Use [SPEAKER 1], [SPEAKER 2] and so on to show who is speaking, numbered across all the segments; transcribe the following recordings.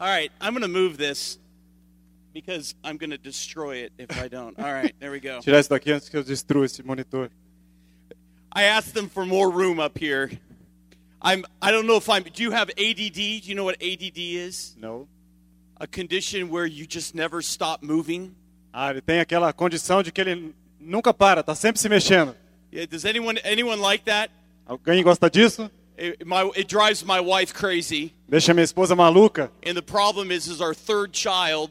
[SPEAKER 1] All right, I'm going to move this because I'm going to destroy it if I don't. All right, there we go.
[SPEAKER 2] Tirar isso daqui antes que eu destrua esse monitor.
[SPEAKER 1] I asked them for more room up here. I'm I don't know if I'm do you have ADD? Do you know what ADD is?
[SPEAKER 2] Não.
[SPEAKER 1] A condition where you just never stop moving?
[SPEAKER 2] Ah, ele tem aquela condição de que ele nunca para, tá sempre se mexendo.
[SPEAKER 1] Yeah, does anyone anyone like that?
[SPEAKER 2] Alguém gosta disso?
[SPEAKER 1] It, my, it drives my wife crazy.
[SPEAKER 2] Deixa minha esposa maluca.
[SPEAKER 1] And the problem is is our third child,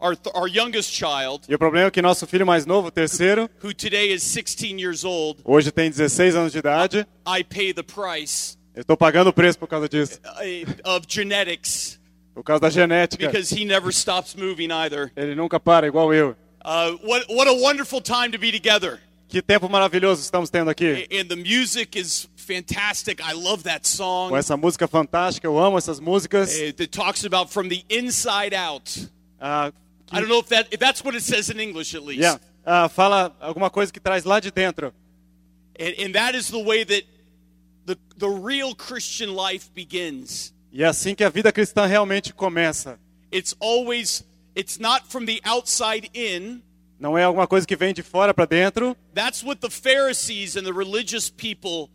[SPEAKER 1] our th- our youngest child
[SPEAKER 2] E o problema é que nosso filho mais novo, o terceiro,
[SPEAKER 1] who today is 16 years old,
[SPEAKER 2] hoje tem 16 anos de idade.
[SPEAKER 1] I pay the price
[SPEAKER 2] Eu estou pagando o preço por causa disso,
[SPEAKER 1] uh, of genetics
[SPEAKER 2] por causa da genética.
[SPEAKER 1] because he never stops moving either.
[SPEAKER 2] Ele nunca para, igual eu.
[SPEAKER 1] Uh, what what a wonderful time to be together.
[SPEAKER 2] Que tempo maravilhoso estamos tendo aqui.
[SPEAKER 1] and the music is fantastic. I love that song.
[SPEAKER 2] Com essa música fantástica, eu amo essas músicas.
[SPEAKER 1] It, it talks about from the inside out.
[SPEAKER 2] Ah,
[SPEAKER 1] I don't know if that if that's what it says in English at least.
[SPEAKER 2] yeah. Ah, fala alguma coisa que traz lá de dentro.
[SPEAKER 1] And, and that is the way that the the real Christian life begins.
[SPEAKER 2] E é assim que a vida cristã realmente começa.
[SPEAKER 1] It's always it's not from the outside in.
[SPEAKER 2] Não é alguma coisa que vem de fora para dentro.
[SPEAKER 1] That's what the Pharisees and the religious people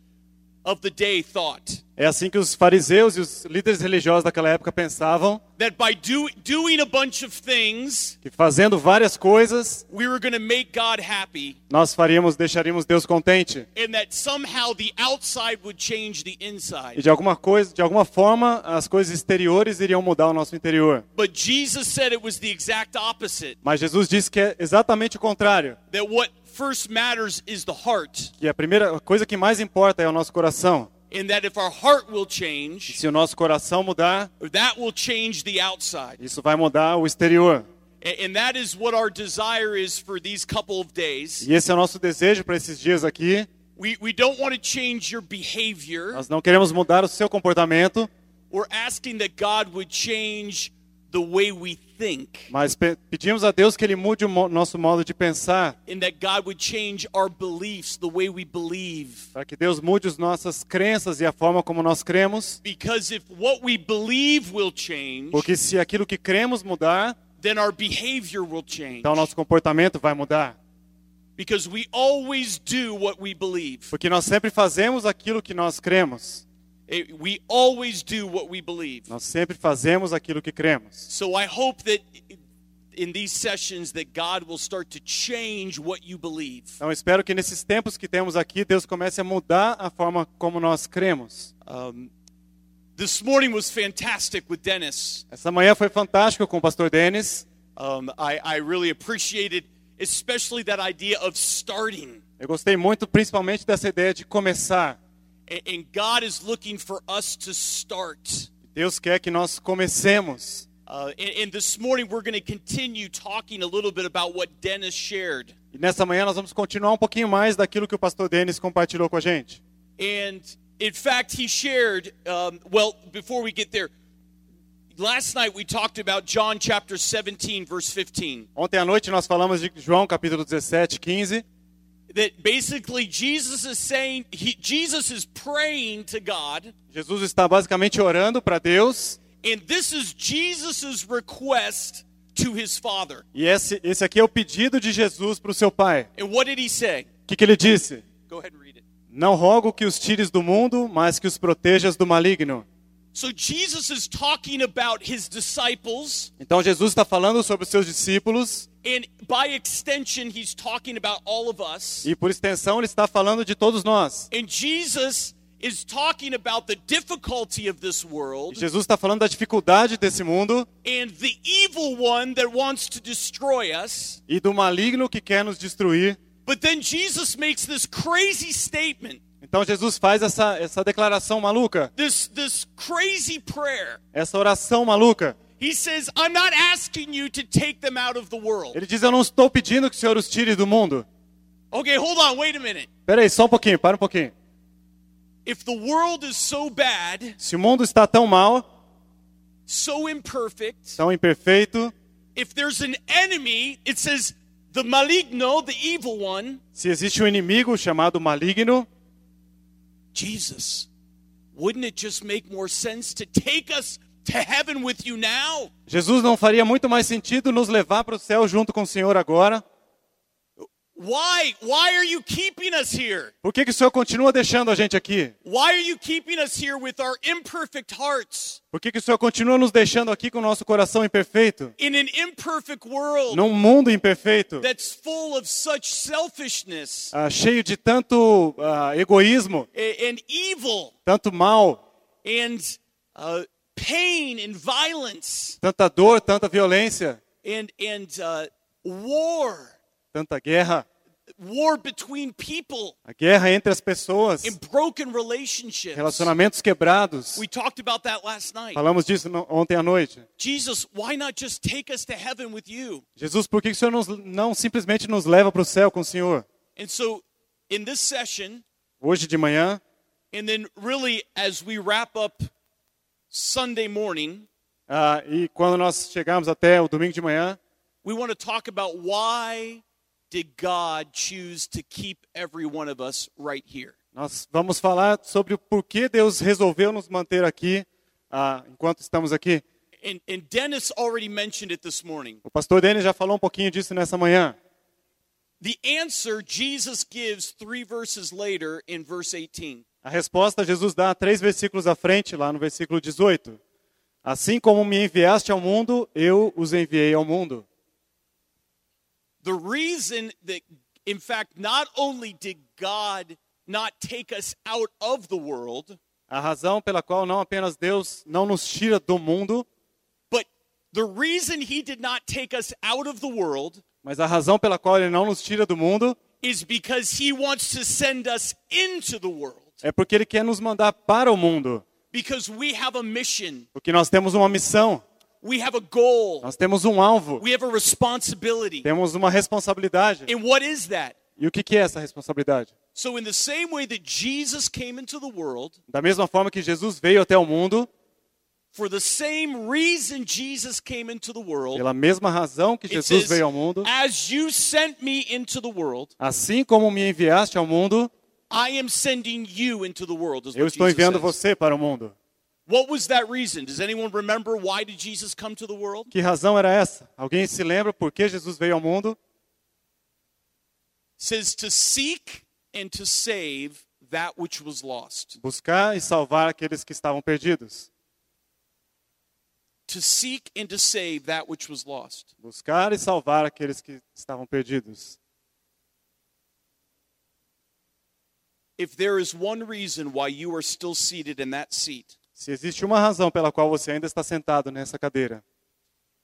[SPEAKER 1] of the day thought.
[SPEAKER 2] É assim que os fariseus e os líderes religiosos daquela época pensavam
[SPEAKER 1] That by do, doing a bunch of things,
[SPEAKER 2] que fazendo várias coisas
[SPEAKER 1] we were going to make God happy.
[SPEAKER 2] nós faríamos, deixaríamos Deus contente.
[SPEAKER 1] and that somehow the outside would change the
[SPEAKER 2] E
[SPEAKER 1] inside.
[SPEAKER 2] de alguma coisa, de alguma forma, as coisas exteriores iriam mudar o nosso interior.
[SPEAKER 1] But Jesus said it was the exact opposite
[SPEAKER 2] Mas Jesus disse que é exatamente o contrário,
[SPEAKER 1] that what first matters is the heart,
[SPEAKER 2] que a primeira a coisa que mais importa é o nosso coração.
[SPEAKER 1] and that if our heart will change,
[SPEAKER 2] Se o nosso coração mudar,
[SPEAKER 1] that will change the outside.
[SPEAKER 2] isso vai mudar o exterior.
[SPEAKER 1] A- And that is what our desire is for these couple of days.
[SPEAKER 2] E esse é o nosso desejo para esses dias aqui.
[SPEAKER 1] We, we don't want to change your behavior.
[SPEAKER 2] Nós não queremos mudar o seu comportamento,
[SPEAKER 1] We're asking that God would change the way we think,
[SPEAKER 2] mas pe- pedimos a Deus que ele mude o mo- nosso modo de pensar,
[SPEAKER 1] and that God would change our beliefs, the way we believe.
[SPEAKER 2] para que Deus mude as nossas crenças e a forma como nós cremos.
[SPEAKER 1] Because if what we believe will change,
[SPEAKER 2] Porque se aquilo que cremos mudar,
[SPEAKER 1] then our behavior will change.
[SPEAKER 2] então nosso comportamento vai mudar.
[SPEAKER 1] Because we always do what we believe.
[SPEAKER 2] Porque nós sempre fazemos aquilo que nós cremos.
[SPEAKER 1] It- Eh, we always do what we believe.
[SPEAKER 2] Nós sempre fazemos aquilo que cremos.
[SPEAKER 1] So I hope that in these sessions that God will start to change what you believe.
[SPEAKER 2] Então espero que nesses tempos que temos aqui, Deus comece a mudar a forma como nós cremos.
[SPEAKER 1] Um, this morning was fantastic with Dennis.
[SPEAKER 2] Essa manhã foi fantástico com o pastor Denis.
[SPEAKER 1] Um, I, I really appreciated, especially that idea of starting.
[SPEAKER 2] Eu gostei muito, principalmente dessa ideia de começar.
[SPEAKER 1] A- and God is looking for us to start.
[SPEAKER 2] Deus quer que nós comecemos.
[SPEAKER 1] Uh, and, and this morning, we're going to continue talking a little bit about what Dennis shared.
[SPEAKER 2] E nessa manhã nós vamos continuar um pouquinho mais daquilo que o pastor Denis compartilhou com a gente.
[SPEAKER 1] And in fact, he shared, um, well, before we get there, last night we talked about John chapter 17, verse 15.
[SPEAKER 2] Ontem à noite nós falamos de João capítulo 17, 15,
[SPEAKER 1] That basically Jesus is saying, he, Jesus is praying to God,
[SPEAKER 2] Jesus está basicamente orando para Deus,
[SPEAKER 1] and this is Jesus' request to his Father.
[SPEAKER 2] e esse, esse aqui é o pedido de Jesus para o seu Pai.
[SPEAKER 1] And what did he say?
[SPEAKER 2] O que, que ele disse?
[SPEAKER 1] Go ahead and read it.
[SPEAKER 2] Não rogo que os tires do mundo, mas que os protejas do maligno.
[SPEAKER 1] So Jesus is talking about his disciples.
[SPEAKER 2] Então Jesus está falando sobre os seus discípulos,
[SPEAKER 1] And by extension, he's talking about all of us.
[SPEAKER 2] e por extensão ele está falando de todos nós.
[SPEAKER 1] And Jesus is talking about the difficulty of this
[SPEAKER 2] E
[SPEAKER 1] world
[SPEAKER 2] Jesus está falando da dificuldade desse mundo
[SPEAKER 1] and the evil one that wants to destroy us.
[SPEAKER 2] e do maligno que quer nos destruir.
[SPEAKER 1] But then Jesus makes this crazy statement,
[SPEAKER 2] Então Jesus faz essa, essa declaração maluca,
[SPEAKER 1] this, this crazy prayer.
[SPEAKER 2] essa oração maluca.
[SPEAKER 1] He says, I'm not asking you to take them out of the world.
[SPEAKER 2] Ele diz: Eu não estou pedindo que o Senhor os tire do mundo.
[SPEAKER 1] Okay, hold on, wait a minute.
[SPEAKER 2] Peraí, só um pouquinho, para um pouquinho.
[SPEAKER 1] If the world is so bad,
[SPEAKER 2] Se o mundo está tão mal,
[SPEAKER 1] so imperfect,
[SPEAKER 2] tão imperfeito,
[SPEAKER 1] if there's an enemy, it says the maligno, the evil one,
[SPEAKER 2] se existe um inimigo chamado maligno,
[SPEAKER 1] Jesus, wouldn't it just make more sense to take us to heaven with you now?
[SPEAKER 2] Jesus não faria muito mais sentido nos levar para o céu junto com o Senhor agora?
[SPEAKER 1] Why? Why are you keeping us here?
[SPEAKER 2] Por que, que o Senhor continua deixando a gente aqui?
[SPEAKER 1] Why are you keeping us here with our imperfect hearts
[SPEAKER 2] Por que, que o Senhor continua nos deixando aqui com o nosso coração imperfeito?
[SPEAKER 1] in an imperfect world
[SPEAKER 2] Num mundo imperfeito,
[SPEAKER 1] that's full of such selfishness
[SPEAKER 2] ah, cheio de tanto ah, egoísmo,
[SPEAKER 1] a- and evil
[SPEAKER 2] tanto mal,
[SPEAKER 1] and uh, pain and violence
[SPEAKER 2] tanta dor, tanta violência,
[SPEAKER 1] and and uh, war,
[SPEAKER 2] tanta guerra,
[SPEAKER 1] war between people
[SPEAKER 2] a guerra entre as pessoas,
[SPEAKER 1] and broken relationships?
[SPEAKER 2] relacionamentos quebrados.
[SPEAKER 1] We talked about that last night.
[SPEAKER 2] Falamos disso no- ontem à noite.
[SPEAKER 1] Jesus, why not just take us to heaven with you?
[SPEAKER 2] Jesus, por que, que o Senhor nos- não simplesmente nos leva para o céu com o Senhor?
[SPEAKER 1] And so, in this session,
[SPEAKER 2] Hoje de manhã,
[SPEAKER 1] and then really as we wrap up Sunday morning,
[SPEAKER 2] Ah, e quando nós chegarmos até o domingo de manhã,
[SPEAKER 1] we want to talk about why did God choose to keep every one of us right here?
[SPEAKER 2] nós vamos falar sobre o porquê Deus resolveu nos manter aqui ah, enquanto estamos aqui.
[SPEAKER 1] And, and Dennis already mentioned it this morning.
[SPEAKER 2] O pastor Denis já falou um pouquinho disso nessa manhã.
[SPEAKER 1] The answer Jesus gives three verses later in verse 18.
[SPEAKER 2] A resposta Jesus dá três versículos à frente, lá no versículo 18. Assim como me enviaste ao mundo, eu os enviei ao mundo.
[SPEAKER 1] The reason that, in fact, not only did God not take us out of the world,
[SPEAKER 2] A razão pela qual não apenas Deus não nos tira do mundo,
[SPEAKER 1] But the reason he did not take us out of the world
[SPEAKER 2] mas a razão pela qual Ele não nos tira do mundo
[SPEAKER 1] is because he wants to send us into the world.
[SPEAKER 2] é porque Ele quer nos mandar para o mundo.
[SPEAKER 1] Because we have a mission,
[SPEAKER 2] Porque nós temos uma missão,
[SPEAKER 1] we have a goal,
[SPEAKER 2] nós temos um alvo.
[SPEAKER 1] we have a responsibility.
[SPEAKER 2] Temos uma responsabilidade.
[SPEAKER 1] And what is that?
[SPEAKER 2] E o que que é essa responsabilidade?
[SPEAKER 1] So, in the same way that Jesus came into the world,
[SPEAKER 2] Da mesma forma que Jesus veio até o mundo,
[SPEAKER 1] for the same reason Jesus came into the world,
[SPEAKER 2] pela mesma razão que
[SPEAKER 1] it
[SPEAKER 2] Jesus
[SPEAKER 1] says,
[SPEAKER 2] veio ao mundo,
[SPEAKER 1] As you sent me into the world,
[SPEAKER 2] assim como me enviaste ao mundo,
[SPEAKER 1] I am sending you into the world. Is
[SPEAKER 2] eu
[SPEAKER 1] what
[SPEAKER 2] estou
[SPEAKER 1] Jesus
[SPEAKER 2] enviando
[SPEAKER 1] says.
[SPEAKER 2] você para o mundo.
[SPEAKER 1] What was that reason? Does anyone remember why did Jesus come to the world?
[SPEAKER 2] Que razão era essa? Alguém se lembra por que Jesus veio ao mundo?
[SPEAKER 1] says to seek and to save that which was lost.
[SPEAKER 2] Buscar e salvar aqueles que estavam perdidos.
[SPEAKER 1] To seek and to save that which was lost.
[SPEAKER 2] Buscar e salvar aqueles que estavam perdidos.
[SPEAKER 1] If there is one reason why you are still seated in that seat,
[SPEAKER 2] Se existe uma razão pela qual você ainda está sentado nessa cadeira,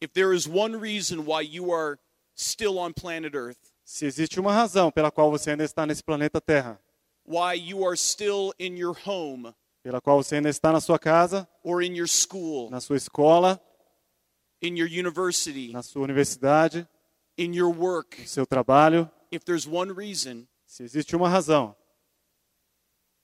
[SPEAKER 1] if there is one reason why you are still on planet Earth,
[SPEAKER 2] se existe uma razão pela qual você ainda está nesse planeta Terra,
[SPEAKER 1] why you are still in your home
[SPEAKER 2] pela qual você ainda está na sua casa,
[SPEAKER 1] or in your school,
[SPEAKER 2] na sua escola,
[SPEAKER 1] in your university,
[SPEAKER 2] na sua universidade,
[SPEAKER 1] in your work,
[SPEAKER 2] no seu trabalho,
[SPEAKER 1] if there's one reason,
[SPEAKER 2] se existe uma razão,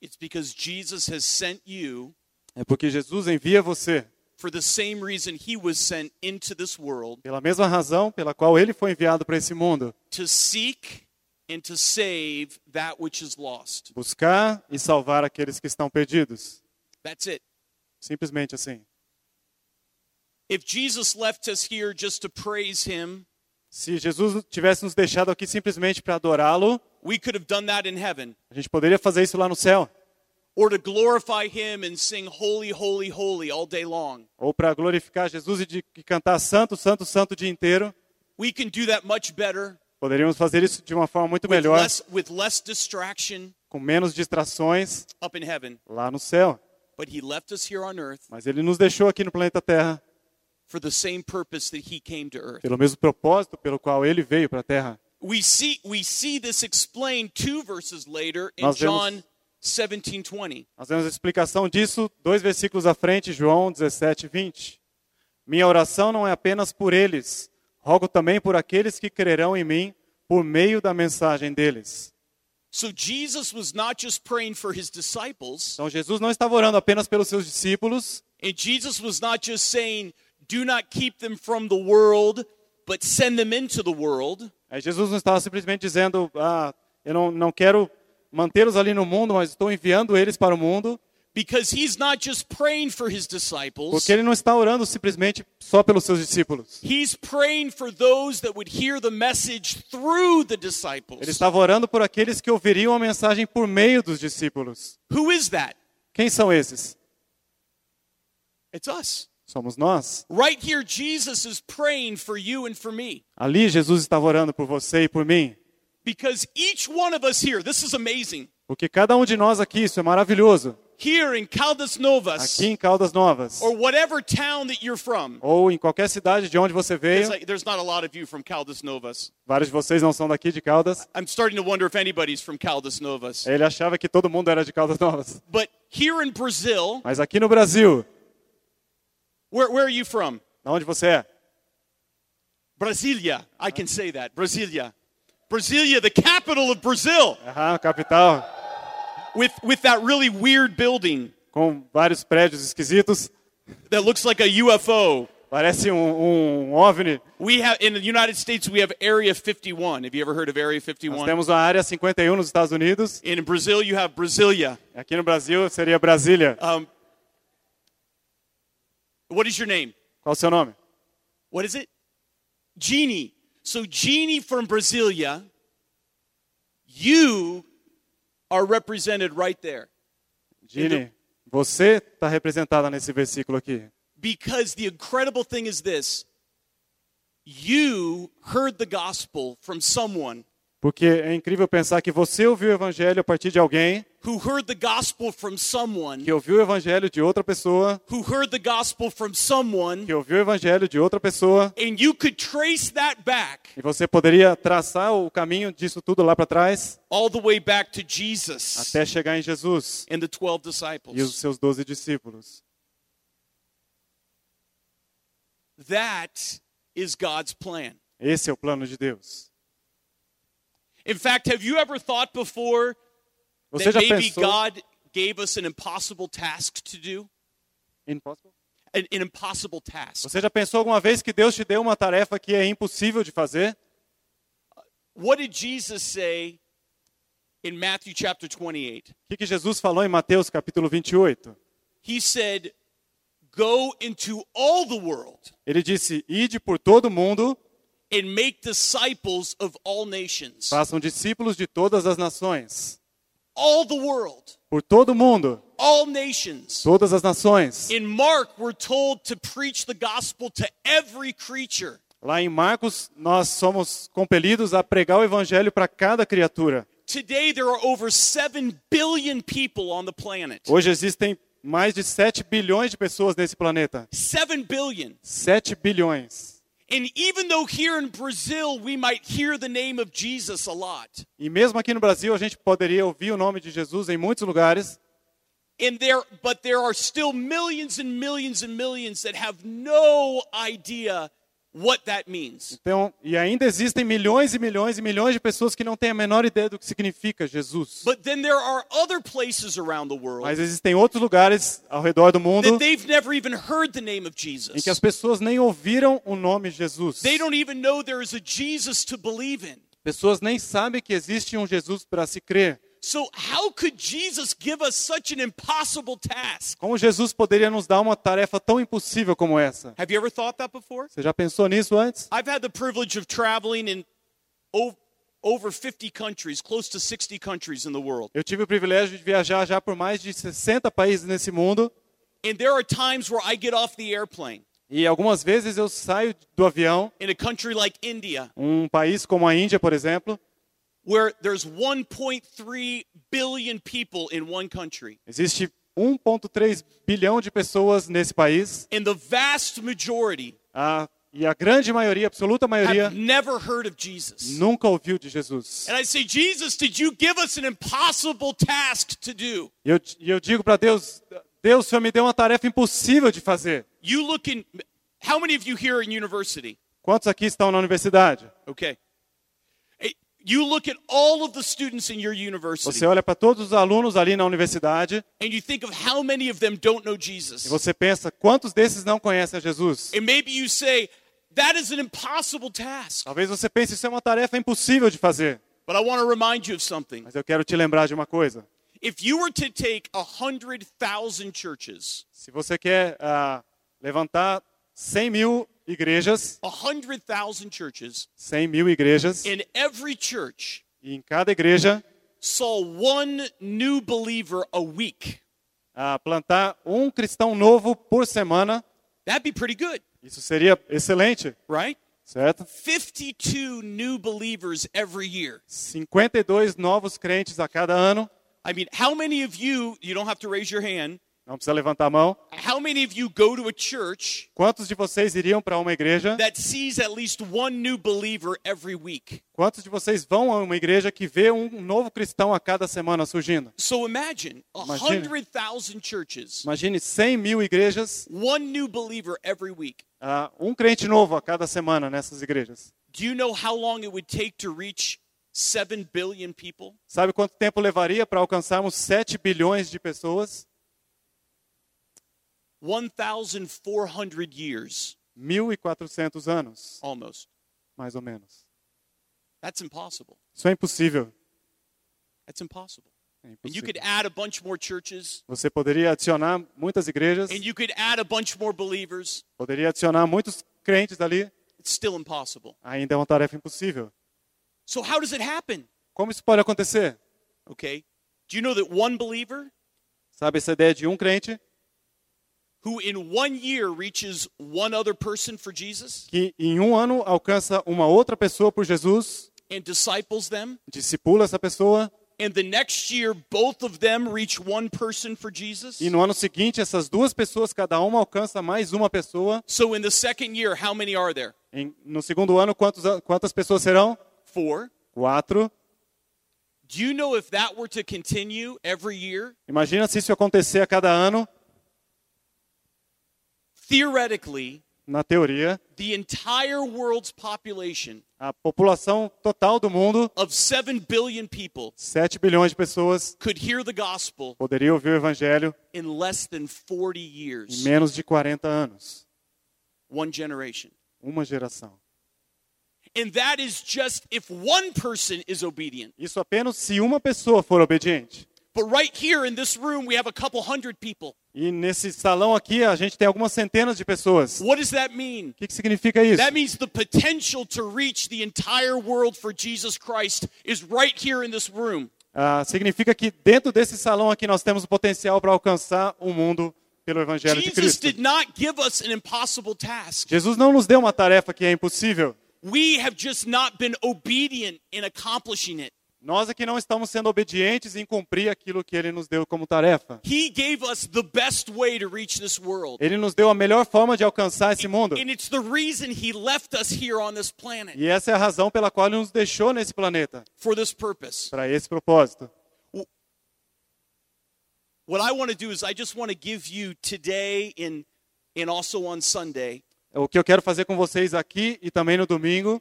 [SPEAKER 1] it's because Jesus has sent you
[SPEAKER 2] é porque Jesus envia você,
[SPEAKER 1] for the same reason he was sent into this world
[SPEAKER 2] pela mesma razão pela qual ele foi enviado para esse mundo,
[SPEAKER 1] to seek and to save that which is lost.
[SPEAKER 2] buscar e salvar aqueles que estão perdidos.
[SPEAKER 1] That's it.
[SPEAKER 2] Simplesmente assim.
[SPEAKER 1] If Jesus left us here just to praise him,
[SPEAKER 2] Se Jesus tivesse nos deixado aqui simplesmente para adorá-lo,
[SPEAKER 1] we could have done that in heaven,
[SPEAKER 2] a gente poderia fazer isso lá no céu,
[SPEAKER 1] or to glorify him and sing holy, holy, holy all day long.
[SPEAKER 2] ou para glorificar Jesus e, de, e cantar santo, santo, santo o dia inteiro.
[SPEAKER 1] We can do that much better,
[SPEAKER 2] Poderíamos fazer isso de uma forma muito
[SPEAKER 1] with
[SPEAKER 2] melhor,
[SPEAKER 1] less, with less distraction
[SPEAKER 2] com menos distrações
[SPEAKER 1] up in heaven.
[SPEAKER 2] lá no céu.
[SPEAKER 1] But he left us here on earth
[SPEAKER 2] Mas ele nos deixou aqui no planeta Terra
[SPEAKER 1] for the same purpose that he came to earth.
[SPEAKER 2] pelo mesmo propósito pelo qual ele veio para a terra.
[SPEAKER 1] We see, we see this explained two verses later in
[SPEAKER 2] Nós vemos-
[SPEAKER 1] John 17 20.
[SPEAKER 2] Nós temos a explicação disso dois versículos à frente, João 17, 20. Minha oração não é apenas por eles, rogo também por aqueles que crerão em mim por meio da mensagem deles.
[SPEAKER 1] So Jesus was not just praying for his disciples,
[SPEAKER 2] Então Jesus não estava orando apenas pelos seus discípulos,
[SPEAKER 1] and Jesus was not just saying, Do not keep them from the world, but send them into the world.
[SPEAKER 2] aí É, Jesus não estava simplesmente dizendo, ah, eu não, não quero mantê-los ali no mundo, mas estou enviando eles para o mundo.
[SPEAKER 1] because he's not just praying for his disciples,
[SPEAKER 2] Porque ele não está orando simplesmente só pelos seus discípulos.
[SPEAKER 1] he's praying for those that would hear the message through the
[SPEAKER 2] Ele
[SPEAKER 1] disciples.
[SPEAKER 2] estava orando por aqueles que ouviriam a mensagem por meio dos discípulos.
[SPEAKER 1] Who is that?
[SPEAKER 2] Quem são esses?
[SPEAKER 1] It's us.
[SPEAKER 2] Somos nós.
[SPEAKER 1] Right here, Jesus is praying for you and for me
[SPEAKER 2] Ali Jesus estava orando por você e por mim.
[SPEAKER 1] because each one of us here, this is amazing,
[SPEAKER 2] Porque cada um de nós aqui, isso é maravilhoso.
[SPEAKER 1] here in Caldas Novas
[SPEAKER 2] Aqui em Caldas Novas,
[SPEAKER 1] or whatever town that you're from.
[SPEAKER 2] ou em qualquer cidade de onde você veio,
[SPEAKER 1] It's like, there's not a lot of you from Caldas Novas.
[SPEAKER 2] vários de vocês não são daqui de Caldas.
[SPEAKER 1] I'm starting to wonder if anybody's from Caldas Novas.
[SPEAKER 2] Ele achava que todo mundo era de Caldas Novas.
[SPEAKER 1] But here in Brazil,
[SPEAKER 2] Mas aqui no Brasil,
[SPEAKER 1] where, where are you from?
[SPEAKER 2] da onde você é?
[SPEAKER 1] Brasilia. I can say that. Brasilia. Brasilia, the capital of Brazil,
[SPEAKER 2] Aham, capital,
[SPEAKER 1] with, with that really weird building
[SPEAKER 2] com vários prédios esquisitos.
[SPEAKER 1] that looks like a UFO.
[SPEAKER 2] Parece um, um OVNI.
[SPEAKER 1] We have in the United States we have Area 51. Have you ever heard of Area
[SPEAKER 2] Nós
[SPEAKER 1] 51?
[SPEAKER 2] temos a Área 51 nos Estados Unidos.
[SPEAKER 1] In Brazil you have Brasilia.
[SPEAKER 2] Aqui no Brasil seria Brasília.
[SPEAKER 1] Um, what is your name?
[SPEAKER 2] Qual o seu nome?
[SPEAKER 1] What is it? Jeannie. So Jeannie from Brasilia, you are represented right there.
[SPEAKER 2] Gini. Você está representada nesse versículo aqui.
[SPEAKER 1] Because the incredible thing is this you heard the gospel from someone
[SPEAKER 2] Porque é incrível pensar que você ouviu o evangelho a partir de alguém,
[SPEAKER 1] who heard the gospel from someone
[SPEAKER 2] que ouviu o evangelho de outra pessoa,
[SPEAKER 1] who heard the gospel from someone,
[SPEAKER 2] que ouviu o evangelho de outra pessoa,
[SPEAKER 1] and you could trace that back
[SPEAKER 2] e você poderia traçar o caminho disso tudo lá para trás
[SPEAKER 1] all the way back to Jesus
[SPEAKER 2] até chegar em Jesus
[SPEAKER 1] and the 12
[SPEAKER 2] e os
[SPEAKER 1] disciples.
[SPEAKER 2] seus doze discípulos.
[SPEAKER 1] That is God's plan.
[SPEAKER 2] Esse é o plano de Deus.
[SPEAKER 1] In fact, have you ever thought before
[SPEAKER 2] Você
[SPEAKER 1] that
[SPEAKER 2] já
[SPEAKER 1] maybe
[SPEAKER 2] pensou?
[SPEAKER 1] God gave us an impossible task to do?
[SPEAKER 2] Impossible?
[SPEAKER 1] An, an impossible task.
[SPEAKER 2] Você já pensou alguma vez que Deus te deu uma tarefa que é impossível de fazer?
[SPEAKER 1] What did Jesus say in Matthew chapter 28?
[SPEAKER 2] O que, que Jesus falou em Mateus capítulo 28?
[SPEAKER 1] He said, Go into all the world
[SPEAKER 2] Ele disse: Ide por todo o mundo,
[SPEAKER 1] and make disciples of all nations.
[SPEAKER 2] façam discípulos de todas as nações.
[SPEAKER 1] All the world,
[SPEAKER 2] Por todo o mundo,
[SPEAKER 1] all nations.
[SPEAKER 2] todas as nações.
[SPEAKER 1] In Mark, we're told to preach the gospel to every creature.
[SPEAKER 2] Lá em Marcos, nós somos compelidos a pregar o evangelho para cada criatura.
[SPEAKER 1] Today, there are over 7 billion people on the planet.
[SPEAKER 2] Hoje existem mais de 7 bilhões de pessoas nesse planeta.
[SPEAKER 1] 7 billion.
[SPEAKER 2] 7 bilhões.
[SPEAKER 1] And even though here in Brazil we might hear the name of Jesus a lot,
[SPEAKER 2] E mesmo aqui no Brasil, a gente poderia ouvir o nome de Jesus em muitos lugares,
[SPEAKER 1] and there but there are still millions and millions and millions that have no idea what that means.
[SPEAKER 2] Então, e ainda existem milhões e milhões e milhões de pessoas que não têm a menor ideia do que significa Jesus.
[SPEAKER 1] But then there are other places around the world
[SPEAKER 2] Mas existem outros lugares ao redor do mundo
[SPEAKER 1] that they've never even heard the name of
[SPEAKER 2] em que as
[SPEAKER 1] Jesus.
[SPEAKER 2] pessoas nem ouviram o nome Jesus.
[SPEAKER 1] They don't even know there is a Jesus to believe in.
[SPEAKER 2] Pessoas nem sabem que existe um Jesus para se crer.
[SPEAKER 1] So how could Jesus give us such an impossible task?
[SPEAKER 2] Como Jesus poderia nos dar uma tarefa tão impossível como essa?
[SPEAKER 1] Have you ever thought that before?
[SPEAKER 2] Você já pensou nisso antes?
[SPEAKER 1] I've had the privilege of traveling in o- over 50 countries, close to 60 countries in the world.
[SPEAKER 2] Eu tive o privilégio de viajar já por mais de 60 países nesse mundo
[SPEAKER 1] And there are times where I get off the airplane
[SPEAKER 2] e algumas vezes eu saio do avião,
[SPEAKER 1] in a country like India,
[SPEAKER 2] um país como a Índia, por exemplo,
[SPEAKER 1] where there's 1.3 billion people in one country.
[SPEAKER 2] Existe 1,3 bilhão de pessoas nesse país
[SPEAKER 1] And the vast majority
[SPEAKER 2] a, e a grande maioria, a absoluta maioria,
[SPEAKER 1] have never heard of Jesus.
[SPEAKER 2] nunca ouviu de Jesus.
[SPEAKER 1] And I say, Jesus, did you give us an impossible task to do?
[SPEAKER 2] E eu, e eu digo para Deus, Deus, o Senhor me deu uma tarefa impossível de fazer.
[SPEAKER 1] You look in, how many of you here in university?
[SPEAKER 2] Quantos aqui estão na universidade?
[SPEAKER 1] Okay. Eh, You look at all of the students in your university.
[SPEAKER 2] Você olha para todos os alunos ali na universidade
[SPEAKER 1] and you think of how many of them don't know
[SPEAKER 2] e
[SPEAKER 1] Jesus.
[SPEAKER 2] você pensa, quantos desses não conhecem a Jesus?
[SPEAKER 1] And maybe you say, that is an impossible task.
[SPEAKER 2] Talvez você pense, isso é uma tarefa impossível de fazer.
[SPEAKER 1] But I want to remind you of something.
[SPEAKER 2] Mas eu quero te lembrar de uma coisa.
[SPEAKER 1] If you were to take a 100,000 churches,
[SPEAKER 2] Se você quer ah, levantar 100 mil igrejas,
[SPEAKER 1] a 100,000 churches,
[SPEAKER 2] 100 mil igrejas,
[SPEAKER 1] and every church
[SPEAKER 2] e em cada igreja
[SPEAKER 1] saw one new believer a week,
[SPEAKER 2] ah, plantar um cristão novo por semana,
[SPEAKER 1] that'd be pretty good,
[SPEAKER 2] isso seria excelente,
[SPEAKER 1] right?
[SPEAKER 2] certo?
[SPEAKER 1] 52 new believers every year.
[SPEAKER 2] 52 novos crentes a cada ano.
[SPEAKER 1] I mean, how many of you, you don't have to raise your hand,
[SPEAKER 2] Não precisa levantar a mão.
[SPEAKER 1] how many of you go to a church
[SPEAKER 2] Quantos de vocês iriam para uma igreja?
[SPEAKER 1] that sees at least one new believer every week?
[SPEAKER 2] Quantos de vocês vão a uma igreja que vê um novo cristão a cada semana surgindo?
[SPEAKER 1] So imagine a
[SPEAKER 2] Imagina.
[SPEAKER 1] 100,000 churches,
[SPEAKER 2] Imagine 100 mil igrejas,
[SPEAKER 1] one new believer every week.
[SPEAKER 2] ah, um crente novo a cada semana nessas igrejas.
[SPEAKER 1] Do you know how long it would take to reach 7 billion people?
[SPEAKER 2] Sabe quanto tempo levaria para alcançarmos 7 bilhões de pessoas?
[SPEAKER 1] 1,400 years
[SPEAKER 2] 1.400 anos,
[SPEAKER 1] almost.
[SPEAKER 2] mais ou menos.
[SPEAKER 1] That's impossible.
[SPEAKER 2] Isso é impossível.
[SPEAKER 1] That's impossible.
[SPEAKER 2] É
[SPEAKER 1] And you
[SPEAKER 2] impossível.
[SPEAKER 1] could add a bunch more churches,
[SPEAKER 2] Você poderia adicionar muitas igrejas,
[SPEAKER 1] and you could add a bunch more believers.
[SPEAKER 2] poderia adicionar muitos crentes ali,
[SPEAKER 1] It's still impossible.
[SPEAKER 2] ainda é uma tarefa impossível.
[SPEAKER 1] So, how does it happen?
[SPEAKER 2] Como isso pode acontecer?
[SPEAKER 1] Okay. Do you know that one believer
[SPEAKER 2] Sabe essa ideia de um crente
[SPEAKER 1] who in one year reaches one other person for Jesus
[SPEAKER 2] que em um ano alcança uma outra pessoa por Jesus,
[SPEAKER 1] and disciples them,
[SPEAKER 2] discipula essa pessoa,
[SPEAKER 1] and the next year both of them reach one person for Jesus?
[SPEAKER 2] e no ano seguinte essas duas pessoas, cada uma alcança mais uma pessoa,
[SPEAKER 1] So, in the second year, how many are there?
[SPEAKER 2] Em- no segundo ano, quantos, a- quantas pessoas serão?
[SPEAKER 1] Four.
[SPEAKER 2] Quatro.
[SPEAKER 1] Do you know if that were to continue every year?
[SPEAKER 2] Imagina se isso acontecer a cada ano.
[SPEAKER 1] Theoretically,
[SPEAKER 2] Na teoria,
[SPEAKER 1] the entire world's population
[SPEAKER 2] a população total do mundo,
[SPEAKER 1] of 7 billion people
[SPEAKER 2] 7 bilhões de pessoas,
[SPEAKER 1] could hear the gospel
[SPEAKER 2] poderia ouvir o evangelho
[SPEAKER 1] in less than 40
[SPEAKER 2] em
[SPEAKER 1] years,
[SPEAKER 2] menos de 40 anos.
[SPEAKER 1] one generation.
[SPEAKER 2] Uma geração.
[SPEAKER 1] And that is just if one person is obedient.
[SPEAKER 2] Isso apenas se uma pessoa for obediente.
[SPEAKER 1] But right here in this room, we have a couple hundred people.
[SPEAKER 2] E nesse salão aqui, a gente tem algumas centenas de pessoas. O
[SPEAKER 1] What does that mean?
[SPEAKER 2] que, que significa isso?
[SPEAKER 1] That means the potential to reach the entire world for Jesus Christ is right here in this room.
[SPEAKER 2] Ah, significa que dentro desse salão aqui nós temos o potencial para alcançar o mundo pelo evangelho de
[SPEAKER 1] Jesus
[SPEAKER 2] Cristo.
[SPEAKER 1] did not give us an impossible task.
[SPEAKER 2] Jesus não nos deu uma tarefa que é impossível.
[SPEAKER 1] We have just not been obedient in accomplishing it.
[SPEAKER 2] Nós é que não estamos sendo obedientes em cumprir aquilo que ele nos deu como tarefa.
[SPEAKER 1] He gave us the best way to reach this world.
[SPEAKER 2] Ele nos deu a melhor forma de alcançar esse mundo.
[SPEAKER 1] And it's the reason He left us here on this planet
[SPEAKER 2] E essa é a razão pela qual ele nos deixou nesse planeta,
[SPEAKER 1] for this purpose.
[SPEAKER 2] para esse propósito.
[SPEAKER 1] What I want to do is, I just want to give you today and, and also on Sunday,
[SPEAKER 2] É O que eu quero fazer com vocês aqui e também no domingo,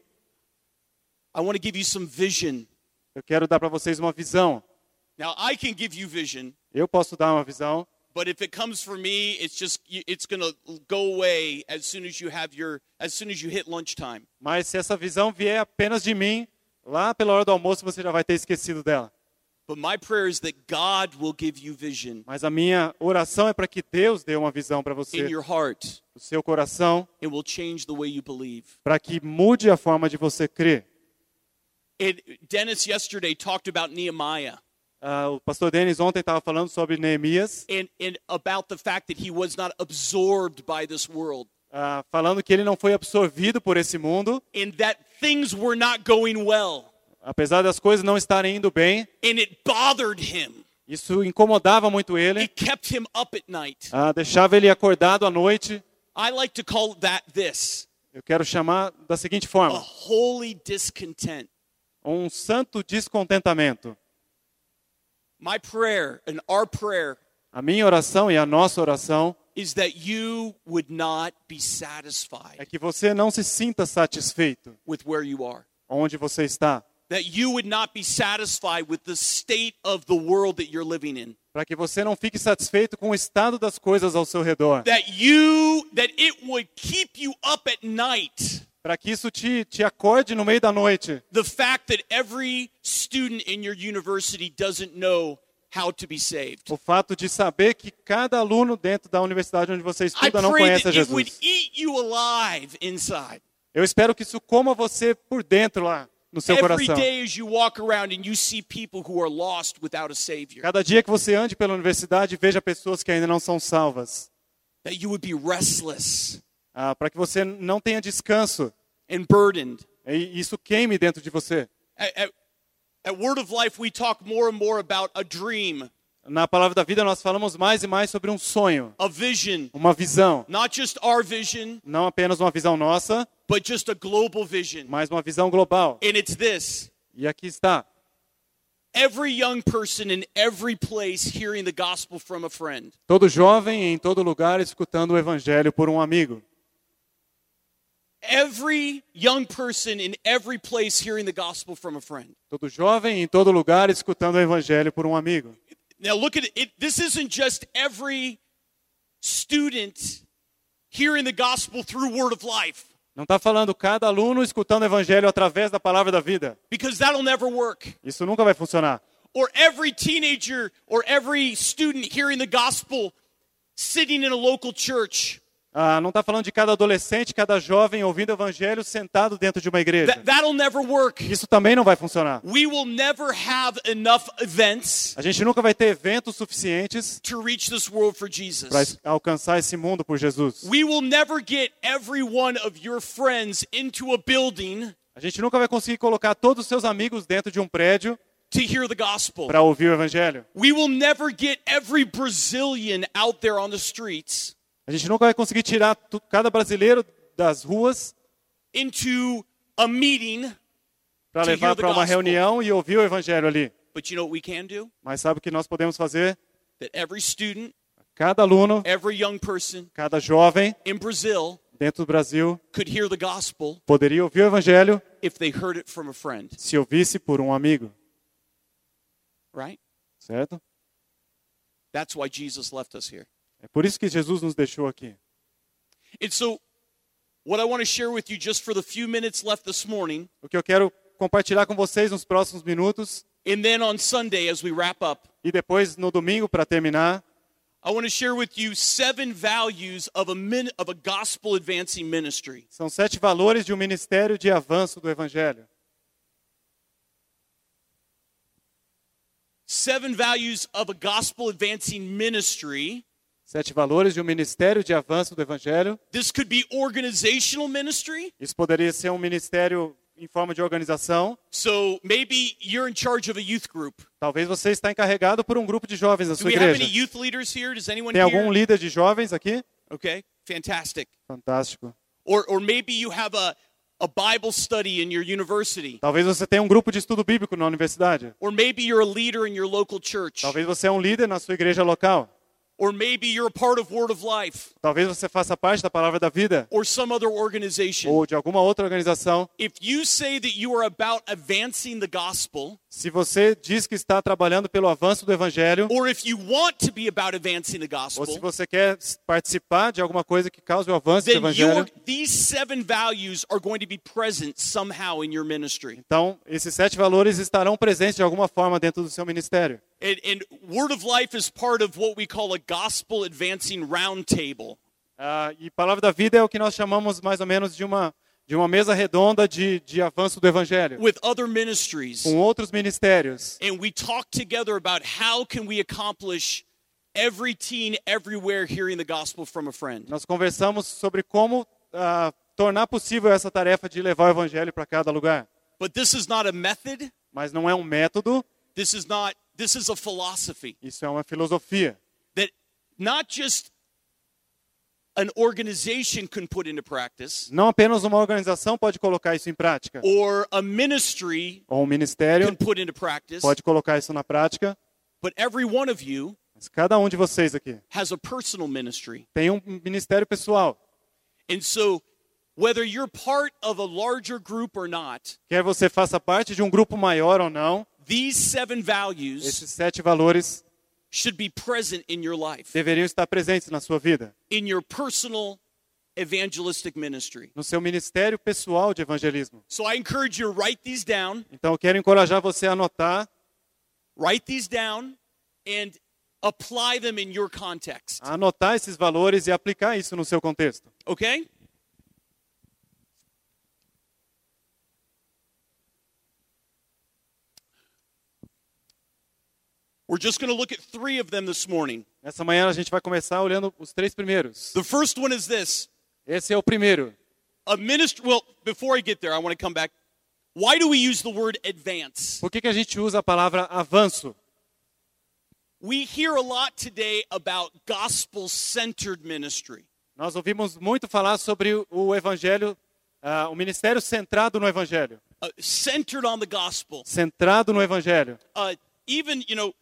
[SPEAKER 1] I want to give you some vision.
[SPEAKER 2] eu quero dar para vocês uma visão.
[SPEAKER 1] Now, I can give you vision,
[SPEAKER 2] Eu posso dar uma visão,
[SPEAKER 1] but if it comes from me, it's just, it's going to go away as soon as you have your, as soon as you hit lunchtime.
[SPEAKER 2] mas se essa visão vier apenas de mim, lá pela hora do almoço você já vai ter esquecido dela.
[SPEAKER 1] But my prayer is that God will give you vision
[SPEAKER 2] Mas a minha oração é para que Deus dê uma visão para
[SPEAKER 1] in
[SPEAKER 2] você,
[SPEAKER 1] your heart.
[SPEAKER 2] no seu coração,
[SPEAKER 1] It will change the way you believe.
[SPEAKER 2] para que mude a forma de você crer.
[SPEAKER 1] It, Dennis yesterday talked about Nehemiah
[SPEAKER 2] Ah, o pastor Denis ontem estava falando sobre Neemias,
[SPEAKER 1] and, and about the fact that he was not absorbed by this world
[SPEAKER 2] ah, falando que ele não foi absorvido por esse mundo,
[SPEAKER 1] and that things were not going well.
[SPEAKER 2] apesar das coisas não estarem indo bem.
[SPEAKER 1] And it bothered him,
[SPEAKER 2] Isso incomodava muito ele,
[SPEAKER 1] it kept him up at night.
[SPEAKER 2] ah, deixava ele acordado à noite.
[SPEAKER 1] I like to call that this
[SPEAKER 2] Eu quero chamar da seguinte
[SPEAKER 1] a
[SPEAKER 2] forma:
[SPEAKER 1] holy discontent.
[SPEAKER 2] um santo descontentamento.
[SPEAKER 1] My prayer and our prayer
[SPEAKER 2] A minha oração e a nossa oração
[SPEAKER 1] is that you would not be
[SPEAKER 2] é
[SPEAKER 1] satisfied
[SPEAKER 2] que você não se sinta satisfeito
[SPEAKER 1] with where you are.
[SPEAKER 2] onde você está,
[SPEAKER 1] that you would not be satisfied with the state of the world that you're living in
[SPEAKER 2] para que você não fique satisfeito com o estado das coisas ao seu redor,
[SPEAKER 1] that you that it would keep you up at night
[SPEAKER 2] para que isso te, te acorde no meio da noite.
[SPEAKER 1] the fact that every student in your university doesn't know how to be saved.
[SPEAKER 2] O fato de saber que cada aluno dentro da universidade onde você
[SPEAKER 1] I
[SPEAKER 2] estuda não
[SPEAKER 1] pray
[SPEAKER 2] conhece a
[SPEAKER 1] that it would
[SPEAKER 2] Jesus.
[SPEAKER 1] eat you alive inside.
[SPEAKER 2] Eu espero que isso coma você por dentro lá no seu
[SPEAKER 1] Every
[SPEAKER 2] coração.
[SPEAKER 1] day as you walk around and you see people who are lost without a Savior,
[SPEAKER 2] Cada dia que você ande pela universidade, veja pessoas que ainda não são salvas,
[SPEAKER 1] that you would be restless
[SPEAKER 2] ah, para que você não tenha descanso.
[SPEAKER 1] and burdened.
[SPEAKER 2] E isso queime dentro de você.
[SPEAKER 1] At, at- at Word of Life, we talk more and more about a dream,
[SPEAKER 2] Na palavra da vida, nós falamos mais e mais sobre um sonho,
[SPEAKER 1] a vision,
[SPEAKER 2] uma visão.
[SPEAKER 1] not just our vision,
[SPEAKER 2] Não apenas uma visão nossa,
[SPEAKER 1] but just a global vision.
[SPEAKER 2] mas uma visão global.
[SPEAKER 1] And it's this
[SPEAKER 2] E aqui está.
[SPEAKER 1] every young person in every place hearing the gospel from a friend.
[SPEAKER 2] Todo jovem em todo lugar escutando o evangelho por um amigo.
[SPEAKER 1] Every young person in every place hearing the gospel from a friend.
[SPEAKER 2] Todo jovem em todo lugar escutando o evangelho por um amigo.
[SPEAKER 1] Now look at it. it this isn't just every student hearing the gospel through word of life
[SPEAKER 2] Não está falando cada aluno escutando o evangelho através da palavra da vida.
[SPEAKER 1] because that'll never work.
[SPEAKER 2] Isso nunca vai funcionar.
[SPEAKER 1] Or every teenager or every student hearing the gospel sitting in a local church.
[SPEAKER 2] Ah, não está falando de cada adolescente, cada jovem ouvindo o evangelho sentado dentro de uma igreja.
[SPEAKER 1] That, that'll never work.
[SPEAKER 2] Isso também não vai funcionar.
[SPEAKER 1] We will never have enough events
[SPEAKER 2] A gente nunca vai ter eventos suficientes
[SPEAKER 1] to reach this world for
[SPEAKER 2] para
[SPEAKER 1] Jesus.
[SPEAKER 2] alcançar esse mundo por Jesus.
[SPEAKER 1] We will never get every one of your friends into a building
[SPEAKER 2] A gente nunca vai conseguir colocar todos os seus amigos dentro de um prédio
[SPEAKER 1] to hear the gospel.
[SPEAKER 2] para ouvir o evangelho.
[SPEAKER 1] We will never get every Brazilian out there on the streets
[SPEAKER 2] A gente nunca vai conseguir tirar tu- cada brasileiro das ruas
[SPEAKER 1] into a meeting.
[SPEAKER 2] para
[SPEAKER 1] To
[SPEAKER 2] levar
[SPEAKER 1] hear the
[SPEAKER 2] para uma
[SPEAKER 1] gospel.
[SPEAKER 2] reunião e ouvir o evangelho ali.
[SPEAKER 1] But you know what we can do?
[SPEAKER 2] Mas sabe o que nós podemos fazer?
[SPEAKER 1] That every student,
[SPEAKER 2] Cada aluno,
[SPEAKER 1] every young person
[SPEAKER 2] cada jovem
[SPEAKER 1] in Brazil
[SPEAKER 2] dentro do Brasil
[SPEAKER 1] could hear the gospel
[SPEAKER 2] poderia ouvir o evangelho
[SPEAKER 1] if they heard it from a friend,
[SPEAKER 2] se ouvisse por um amigo,
[SPEAKER 1] right?
[SPEAKER 2] certo?
[SPEAKER 1] That's why Jesus left us here.
[SPEAKER 2] É por isso que Jesus nos deixou aqui.
[SPEAKER 1] And so, what I want to share with you just for the few minutes left this morning,
[SPEAKER 2] O que eu quero compartilhar com vocês nos próximos minutos
[SPEAKER 1] and then on Sunday as we wrap up,
[SPEAKER 2] e depois no domingo para terminar,
[SPEAKER 1] I want to share with you seven values of a min- of a gospel advancing ministry.
[SPEAKER 2] são sete valores de um ministério de avanço do evangelho.
[SPEAKER 1] Seven values of a gospel advancing ministry.
[SPEAKER 2] Sete valores de um ministério de avanço do evangelho.
[SPEAKER 1] This could be organizational ministry.
[SPEAKER 2] Isso poderia ser um ministério em forma de organização.
[SPEAKER 1] So maybe you're in charge of a youth group.
[SPEAKER 2] Talvez você está encarregado por um grupo de jovens da
[SPEAKER 1] Do
[SPEAKER 2] sua
[SPEAKER 1] we have any
[SPEAKER 2] igreja.
[SPEAKER 1] youth leaders here? Does anyone
[SPEAKER 2] Tem algum
[SPEAKER 1] here?
[SPEAKER 2] líder de jovens aqui?
[SPEAKER 1] Okay, fantastic.
[SPEAKER 2] Fantástico.
[SPEAKER 1] Or or maybe you have a a Bible study in your university.
[SPEAKER 2] Talvez você tenha um grupo de estudo bíblico na universidade.
[SPEAKER 1] Or maybe you're a leader in your local church.
[SPEAKER 2] Talvez você é um líder na sua igreja local.
[SPEAKER 1] Or maybe you're a part of Word of Life
[SPEAKER 2] Talvez você faça parte da palavra da vida
[SPEAKER 1] or some other organization.
[SPEAKER 2] ou de alguma outra organização.
[SPEAKER 1] If you say that you are about advancing the gospel,
[SPEAKER 2] Se você diz que está trabalhando pelo avanço do evangelho
[SPEAKER 1] or if you want to be about advancing the
[SPEAKER 2] ou se
[SPEAKER 1] gospel,
[SPEAKER 2] você quer participar de alguma coisa que cause o avanço do
[SPEAKER 1] then you are,
[SPEAKER 2] evangelho,
[SPEAKER 1] these seven values are going to be present somehow in your ministry.
[SPEAKER 2] então esses sete valores estarão presentes de alguma forma dentro do seu ministério.
[SPEAKER 1] And, and Word of Life is part of what we call a gospel advancing roundtable.
[SPEAKER 2] Ah, e palavra da vida é o que nós chamamos mais ou menos de uma de uma mesa redonda de, de avanço do evangelho
[SPEAKER 1] with other ministries,
[SPEAKER 2] com outros ministérios
[SPEAKER 1] and we talk together about how can we accomplish every teen everywhere hearing the gospel from a friend.
[SPEAKER 2] Nós conversamos sobre como ah, tornar possível essa tarefa de levar o evangelho para cada lugar.
[SPEAKER 1] But this is not a method.
[SPEAKER 2] Mas não é um método,
[SPEAKER 1] This is not this is a philosophy
[SPEAKER 2] isso é uma filosofia.
[SPEAKER 1] that not just an organization can put into practice
[SPEAKER 2] Não apenas uma organização pode colocar isso em prática,
[SPEAKER 1] or a ministry
[SPEAKER 2] ou um
[SPEAKER 1] can
[SPEAKER 2] ministério
[SPEAKER 1] put into practice,
[SPEAKER 2] pode colocar isso na prática,
[SPEAKER 1] but every one of you
[SPEAKER 2] mas cada um de vocês aqui
[SPEAKER 1] has a personal ministry.
[SPEAKER 2] tem um ministério pessoal.
[SPEAKER 1] And so whether you're part of a larger group or not,
[SPEAKER 2] Quer você faça parte de um grupo maior ou não,
[SPEAKER 1] these seven values
[SPEAKER 2] esses sete valores
[SPEAKER 1] should be present in your life,
[SPEAKER 2] deveriam estar presentes na sua vida,
[SPEAKER 1] in your personal evangelistic ministry.
[SPEAKER 2] no seu ministério pessoal de evangelismo.
[SPEAKER 1] So I encourage you to write these down,
[SPEAKER 2] Então eu quero encorajar você a anotar,
[SPEAKER 1] write these down, and apply them in your context.
[SPEAKER 2] a anotar esses valores e aplicar isso no seu contexto.
[SPEAKER 1] Okay? We're just going to look at three of them this morning.
[SPEAKER 2] Nessa manhã a gente vai começar olhando os três primeiros.
[SPEAKER 1] The first one is this
[SPEAKER 2] Esse é o primeiro.
[SPEAKER 1] a minister. Well, before I get there, I want to come back. Why do we use the word advance?
[SPEAKER 2] Por que, que a gente usa a palavra avanço?
[SPEAKER 1] We hear a lot today about gospel centered ministry.
[SPEAKER 2] Nós ouvimos muito falar sobre o- o evangelho, ah, o ministério centrado no evangelho.
[SPEAKER 1] uh, centered on the gospel.
[SPEAKER 2] Centrado no evangelho.
[SPEAKER 1] Uh, even, you know,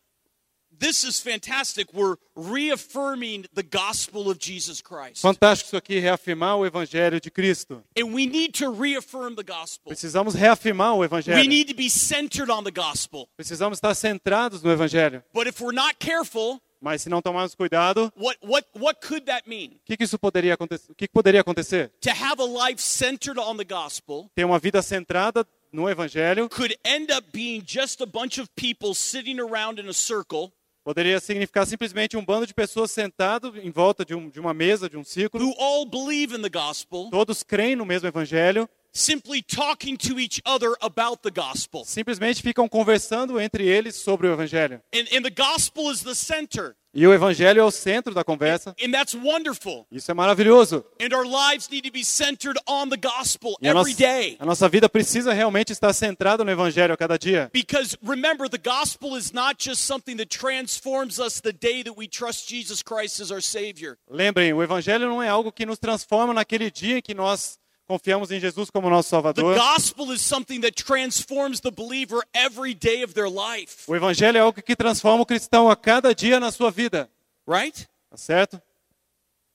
[SPEAKER 1] this is fantastic. We're reaffirming the gospel of Jesus Christ.
[SPEAKER 2] Fantástico isso aqui, reafirmar o evangelho de Cristo.
[SPEAKER 1] And we need to reaffirm the gospel.
[SPEAKER 2] Precisamos reafirmar o
[SPEAKER 1] We
[SPEAKER 2] evangelho.
[SPEAKER 1] need to be centered on the gospel.
[SPEAKER 2] Precisamos estar centrados no evangelho.
[SPEAKER 1] But if we're not careful,
[SPEAKER 2] Mas se não tomarmos cuidado, o
[SPEAKER 1] what, what, what could that mean?
[SPEAKER 2] que, que isso poderia acontecer? O que, que poderia acontecer?
[SPEAKER 1] To have a life centered on the gospel
[SPEAKER 2] Ter uma vida centrada no evangelho
[SPEAKER 1] could end up being just a bunch of people sitting around in a circle
[SPEAKER 2] poderia significar simplesmente um bando de pessoas sentado em volta de, um- de uma mesa, de um círculo.
[SPEAKER 1] who all believe in the gospel,
[SPEAKER 2] Todos creem no mesmo evangelho,
[SPEAKER 1] simply talking to each other about the gospel.
[SPEAKER 2] simplesmente ficam conversando entre eles sobre o evangelho.
[SPEAKER 1] And, and the gospel is the center.
[SPEAKER 2] E o evangelho é o centro da conversa.
[SPEAKER 1] And that's wonderful.
[SPEAKER 2] Isso é maravilhoso.
[SPEAKER 1] And our lives need to be centered on the gospel
[SPEAKER 2] E a
[SPEAKER 1] every
[SPEAKER 2] nossa,
[SPEAKER 1] day.
[SPEAKER 2] a nossa vida precisa realmente estar centrada no evangelho a cada dia.
[SPEAKER 1] Because remember, the gospel is not just something that transforms us the day that we trust Jesus Christ as our Savior.
[SPEAKER 2] Lembrem, o evangelho não é algo que nos transforma naquele dia em que nós confiamos em Jesus como nosso
[SPEAKER 1] The
[SPEAKER 2] Salvador.
[SPEAKER 1] gospel is something that transforms the believer every day of their life,
[SPEAKER 2] O evangelho é algo que transforma o cristão a cada dia na sua vida,
[SPEAKER 1] right?
[SPEAKER 2] tá certo?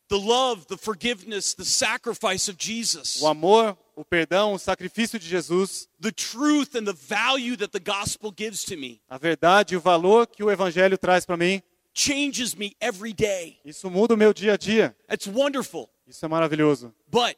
[SPEAKER 1] The love, the forgiveness, the sacrifice of Jesus,
[SPEAKER 2] O amor, o perdão, o sacrifício de Jesus,
[SPEAKER 1] the truth and the value that the gospel gives to me
[SPEAKER 2] a verdade e o valor que o evangelho traz para mim,
[SPEAKER 1] changes me every day.
[SPEAKER 2] isso muda o meu dia a dia.
[SPEAKER 1] That's wonderful.
[SPEAKER 2] Isso é maravilhoso.
[SPEAKER 1] But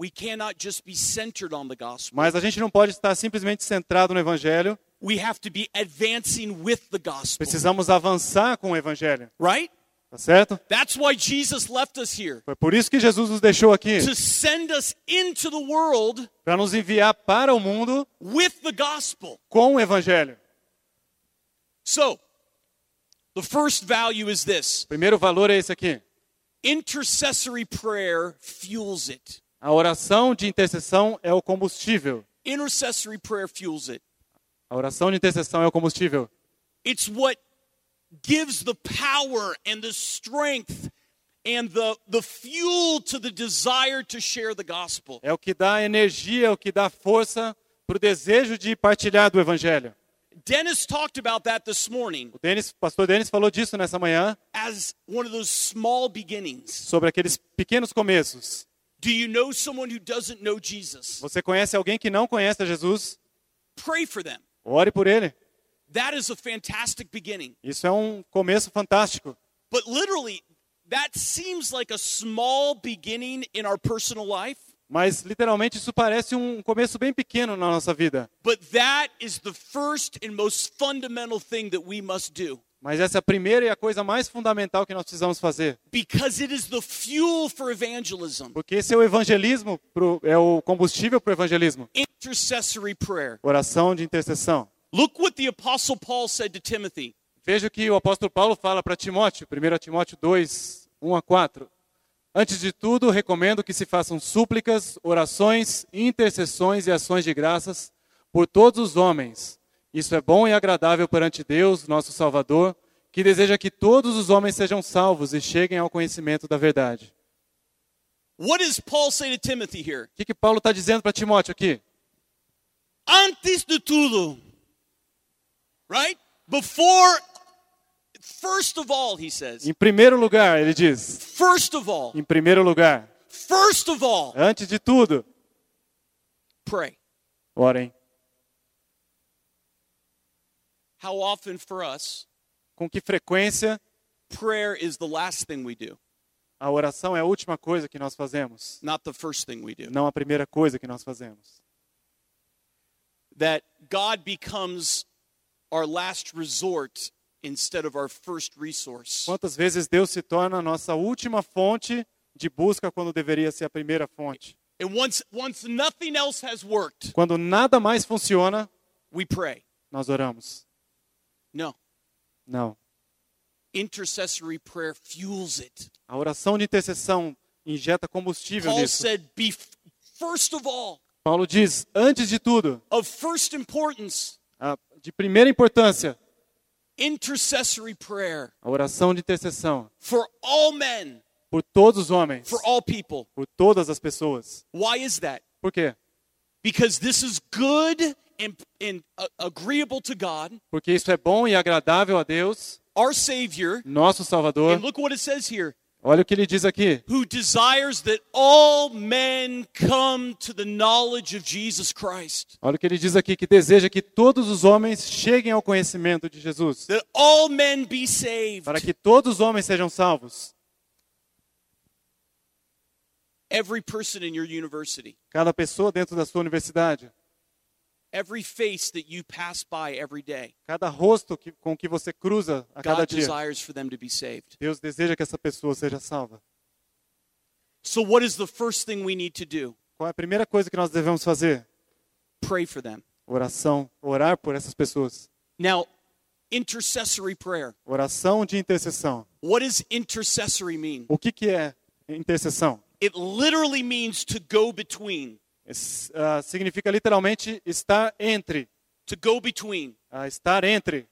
[SPEAKER 1] we cannot just be centered on the gospel.
[SPEAKER 2] Mas a gente não pode estar simplesmente centrado no evangelho,
[SPEAKER 1] We have to be advancing with the gospel.
[SPEAKER 2] precisamos avançar com o evangelho,
[SPEAKER 1] Right?
[SPEAKER 2] tá certo?
[SPEAKER 1] That's why Jesus left us here
[SPEAKER 2] Foi por isso que Jesus nos deixou aqui,
[SPEAKER 1] to send us into the world
[SPEAKER 2] para nos enviar para o mundo
[SPEAKER 1] with the gospel.
[SPEAKER 2] com o evangelho.
[SPEAKER 1] So, the first value is this
[SPEAKER 2] O primeiro valor é esse aqui.
[SPEAKER 1] intercessory prayer fuels it.
[SPEAKER 2] A oração de intercessão é o combustível.
[SPEAKER 1] Intercessory prayer fuels it.
[SPEAKER 2] A oração de intercessão é o combustível.
[SPEAKER 1] It's what gives the power and the strength and the, the fuel to the desire to share the gospel.
[SPEAKER 2] É o que dá energia, é o que dá força para o desejo de partilhar do Evangelho.
[SPEAKER 1] Dennis talked about that this morning
[SPEAKER 2] O Denis, o pastor Denis falou disso nessa manhã,
[SPEAKER 1] as one of those small beginnings.
[SPEAKER 2] sobre aqueles pequenos começos.
[SPEAKER 1] Do you know someone who doesn't know Jesus?
[SPEAKER 2] Você conhece alguém que não conhece a Jesus?
[SPEAKER 1] Pray for them.
[SPEAKER 2] Ore por ele.
[SPEAKER 1] That is a fantastic beginning.
[SPEAKER 2] Isso é um começo fantástico.
[SPEAKER 1] But literally, that seems like a small beginning in our personal life,
[SPEAKER 2] Mas, literalmente, isso parece um começo bem pequeno na nossa vida.
[SPEAKER 1] but that is the first and most fundamental thing that we must do.
[SPEAKER 2] Mas essa é a primeira e a coisa mais fundamental que nós precisamos fazer.
[SPEAKER 1] because it is the fuel for evangelism
[SPEAKER 2] Porque esse é o evangelismo, pro, é o combustível para o evangelismo.
[SPEAKER 1] intercessory prayer
[SPEAKER 2] Oração de intercessão.
[SPEAKER 1] look what the apostle paul said to timothy
[SPEAKER 2] Veja o que o apóstolo Paulo fala para Timóteo, 1 Timóteo 2, 1 a 4. Antes de tudo, recomendo que se façam súplicas, orações, intercessões e ações de graças por todos os homens. Isso é bom e agradável perante Deus, nosso Salvador, que deseja que todos os homens sejam salvos e cheguem ao conhecimento da verdade.
[SPEAKER 1] what does paul say to timothy here
[SPEAKER 2] O que, que Paulo está dizendo para Timóteo aqui?
[SPEAKER 1] antes de tudo right before first of all he says
[SPEAKER 2] Em primeiro lugar, ele diz,
[SPEAKER 1] first of all
[SPEAKER 2] em primeiro lugar,
[SPEAKER 1] first of all
[SPEAKER 2] antes de tudo,
[SPEAKER 1] pray
[SPEAKER 2] orem.
[SPEAKER 1] how often for us
[SPEAKER 2] Com que frequência
[SPEAKER 1] prayer is the last thing we do
[SPEAKER 2] a oração é a última coisa que nós fazemos?
[SPEAKER 1] not the first thing we do
[SPEAKER 2] não a primeira coisa que nós fazemos.
[SPEAKER 1] that god becomes our last resort instead of our first resource.
[SPEAKER 2] Quantas vezes Deus se torna a nossa última fonte de busca quando deveria ser a primeira fonte?
[SPEAKER 1] And once once nothing else has worked,
[SPEAKER 2] Quando nada mais funciona,
[SPEAKER 1] we pray.
[SPEAKER 2] nós oramos.
[SPEAKER 1] No.
[SPEAKER 2] Não.
[SPEAKER 1] Intercessory prayer fuels it.
[SPEAKER 2] A oração de intercessão injeta combustível
[SPEAKER 1] Paul
[SPEAKER 2] nisso.
[SPEAKER 1] said, "Be f- first of all,
[SPEAKER 2] Paulo diz: antes de tudo,
[SPEAKER 1] of first importance,
[SPEAKER 2] a- de primeira importância,
[SPEAKER 1] intercessory prayer
[SPEAKER 2] a oração de intercessão
[SPEAKER 1] for all men,
[SPEAKER 2] por todos os homens,
[SPEAKER 1] for all people."
[SPEAKER 2] por todas as pessoas.
[SPEAKER 1] Why is that?
[SPEAKER 2] Por quê?
[SPEAKER 1] Because this is good and, and uh, agreeable to God,
[SPEAKER 2] Porque isso é bom e agradável a Deus,
[SPEAKER 1] our Savior.
[SPEAKER 2] nosso Salvador.
[SPEAKER 1] And look what it says here
[SPEAKER 2] Olha o que ele diz aqui.
[SPEAKER 1] who desires that all men come to the knowledge of Jesus Christ,
[SPEAKER 2] Olha o que ele diz aqui que deseja que todos os homens cheguem ao conhecimento de Jesus,
[SPEAKER 1] that all men be saved.
[SPEAKER 2] para que todos os homens sejam salvos.
[SPEAKER 1] Every person in your university,
[SPEAKER 2] Cada pessoa dentro da sua universidade,
[SPEAKER 1] every face that you pass by every day,
[SPEAKER 2] cada rosto que, com que você cruza a cada
[SPEAKER 1] God
[SPEAKER 2] dia,
[SPEAKER 1] desires for them to be saved.
[SPEAKER 2] Deus deseja que essa pessoa seja salva.
[SPEAKER 1] So, what is the first thing we need to do?
[SPEAKER 2] Qual é a primeira coisa que nós devemos fazer?
[SPEAKER 1] Pray for them.
[SPEAKER 2] Oração, orar por essas pessoas.
[SPEAKER 1] Now, intercessory prayer.
[SPEAKER 2] Oração de intercessão.
[SPEAKER 1] What does intercessory mean?
[SPEAKER 2] O que que é intercessão?
[SPEAKER 1] It literally means to go between,
[SPEAKER 2] Es- ah, significa literalmente estar entre,
[SPEAKER 1] to go between.
[SPEAKER 2] ah, estar entre.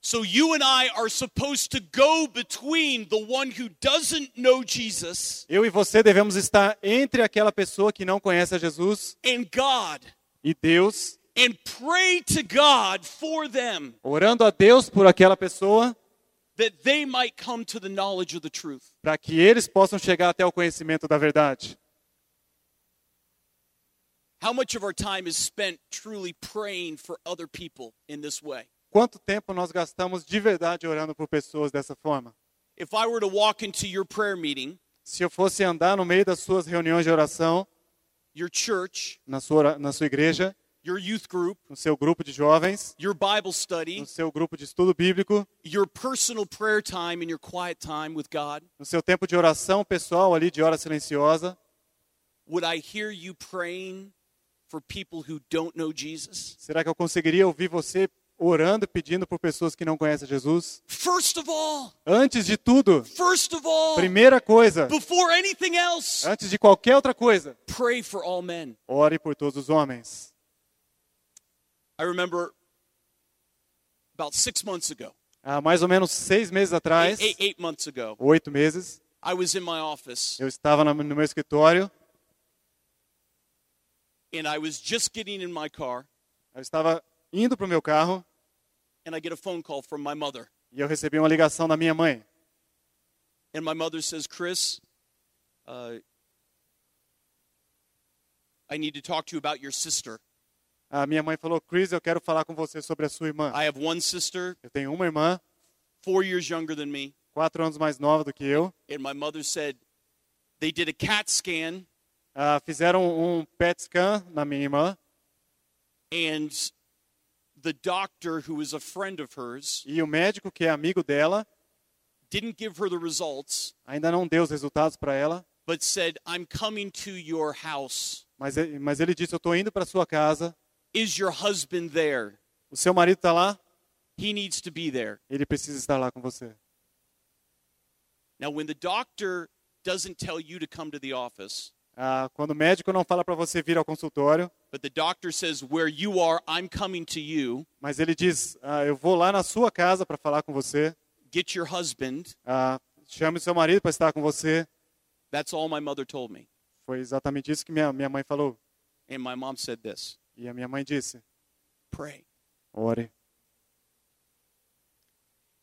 [SPEAKER 1] So you and I are supposed to go between the one who doesn't know Jesus
[SPEAKER 2] Eu e você devemos estar entre aquela pessoa que não conhece a Jesus
[SPEAKER 1] and God
[SPEAKER 2] e Deus,
[SPEAKER 1] and pray to God for them
[SPEAKER 2] orando a Deus por aquela pessoa,
[SPEAKER 1] that they might come to the knowledge of the truth.
[SPEAKER 2] para que eles possam chegar até o conhecimento da verdade.
[SPEAKER 1] How much of our time is spent truly praying for other people in this way?
[SPEAKER 2] Quanto tempo nós gastamos de verdade orando por pessoas dessa forma?
[SPEAKER 1] If I were to walk into your prayer meeting,
[SPEAKER 2] Se eu fosse andar no meio das suas reuniões de oração,
[SPEAKER 1] your church,
[SPEAKER 2] na sua, ora- na sua igreja,
[SPEAKER 1] your youth group,
[SPEAKER 2] no seu grupo de jovens,
[SPEAKER 1] your Bible
[SPEAKER 2] no
[SPEAKER 1] study,
[SPEAKER 2] seu grupo de estudo bíblico,
[SPEAKER 1] your personal prayer time and your quiet time with God,
[SPEAKER 2] no seu tempo de oração pessoal ali de hora silenciosa,
[SPEAKER 1] would I hear you praying for people who don't know Jesus?
[SPEAKER 2] será que eu conseguiria ouvir você orando e pedindo por pessoas que não conhecem Jesus?
[SPEAKER 1] First of all,
[SPEAKER 2] Antes de tudo,
[SPEAKER 1] first of all,
[SPEAKER 2] primeira coisa,
[SPEAKER 1] before anything else,
[SPEAKER 2] antes de qualquer outra coisa,
[SPEAKER 1] pray for all men.
[SPEAKER 2] ore por todos os homens.
[SPEAKER 1] I remember about six months ago,
[SPEAKER 2] Há mais ou menos seis meses
[SPEAKER 1] eight,
[SPEAKER 2] atrás,
[SPEAKER 1] eight, eight months ago,
[SPEAKER 2] oito meses,
[SPEAKER 1] I was in my office
[SPEAKER 2] eu estava na- no meu escritório,
[SPEAKER 1] and I was just getting in my car
[SPEAKER 2] eu estava indo para o meu carro
[SPEAKER 1] and I get a phone call from my mother.
[SPEAKER 2] e eu recebi uma ligação da minha mãe.
[SPEAKER 1] And my mother says, Chris, uh, I need to talk to you about your sister.
[SPEAKER 2] A minha mãe falou, Chris, eu quero falar com você sobre a sua irmã.
[SPEAKER 1] I have one sister,
[SPEAKER 2] Eu tenho uma irmã,
[SPEAKER 1] four years younger than me.
[SPEAKER 2] quatro anos mais nova do que eu.
[SPEAKER 1] And my mother said, they did a CAT scan
[SPEAKER 2] Ah, fizeram um PET scan na minha irmã
[SPEAKER 1] and the doctor, who is a friend of hers,
[SPEAKER 2] e o médico, que é amigo dela,
[SPEAKER 1] didn't give her the results,
[SPEAKER 2] ainda não deu os resultados para ela,
[SPEAKER 1] but said, I'm coming to your house.
[SPEAKER 2] mas, e- mas ele disse, eu estou indo para sua casa,
[SPEAKER 1] Is your husband there?
[SPEAKER 2] o seu marido está lá,
[SPEAKER 1] He needs to be there.
[SPEAKER 2] ele precisa estar lá com você.
[SPEAKER 1] Now, when the doctor doesn't tell you to come to the office,
[SPEAKER 2] Ah, quando o médico não fala para você vir ao consultório,
[SPEAKER 1] but the doctor says, Where you are, I'm coming to you,
[SPEAKER 2] mas ele diz, ah, eu vou lá na sua casa para falar com você,
[SPEAKER 1] get your husband.
[SPEAKER 2] ah, chame o seu marido para estar com você.
[SPEAKER 1] That's all my mother told me.
[SPEAKER 2] Foi exatamente isso que minha, minha mãe falou.
[SPEAKER 1] And my mom said this
[SPEAKER 2] E a minha mãe disse,
[SPEAKER 1] pray.
[SPEAKER 2] ore.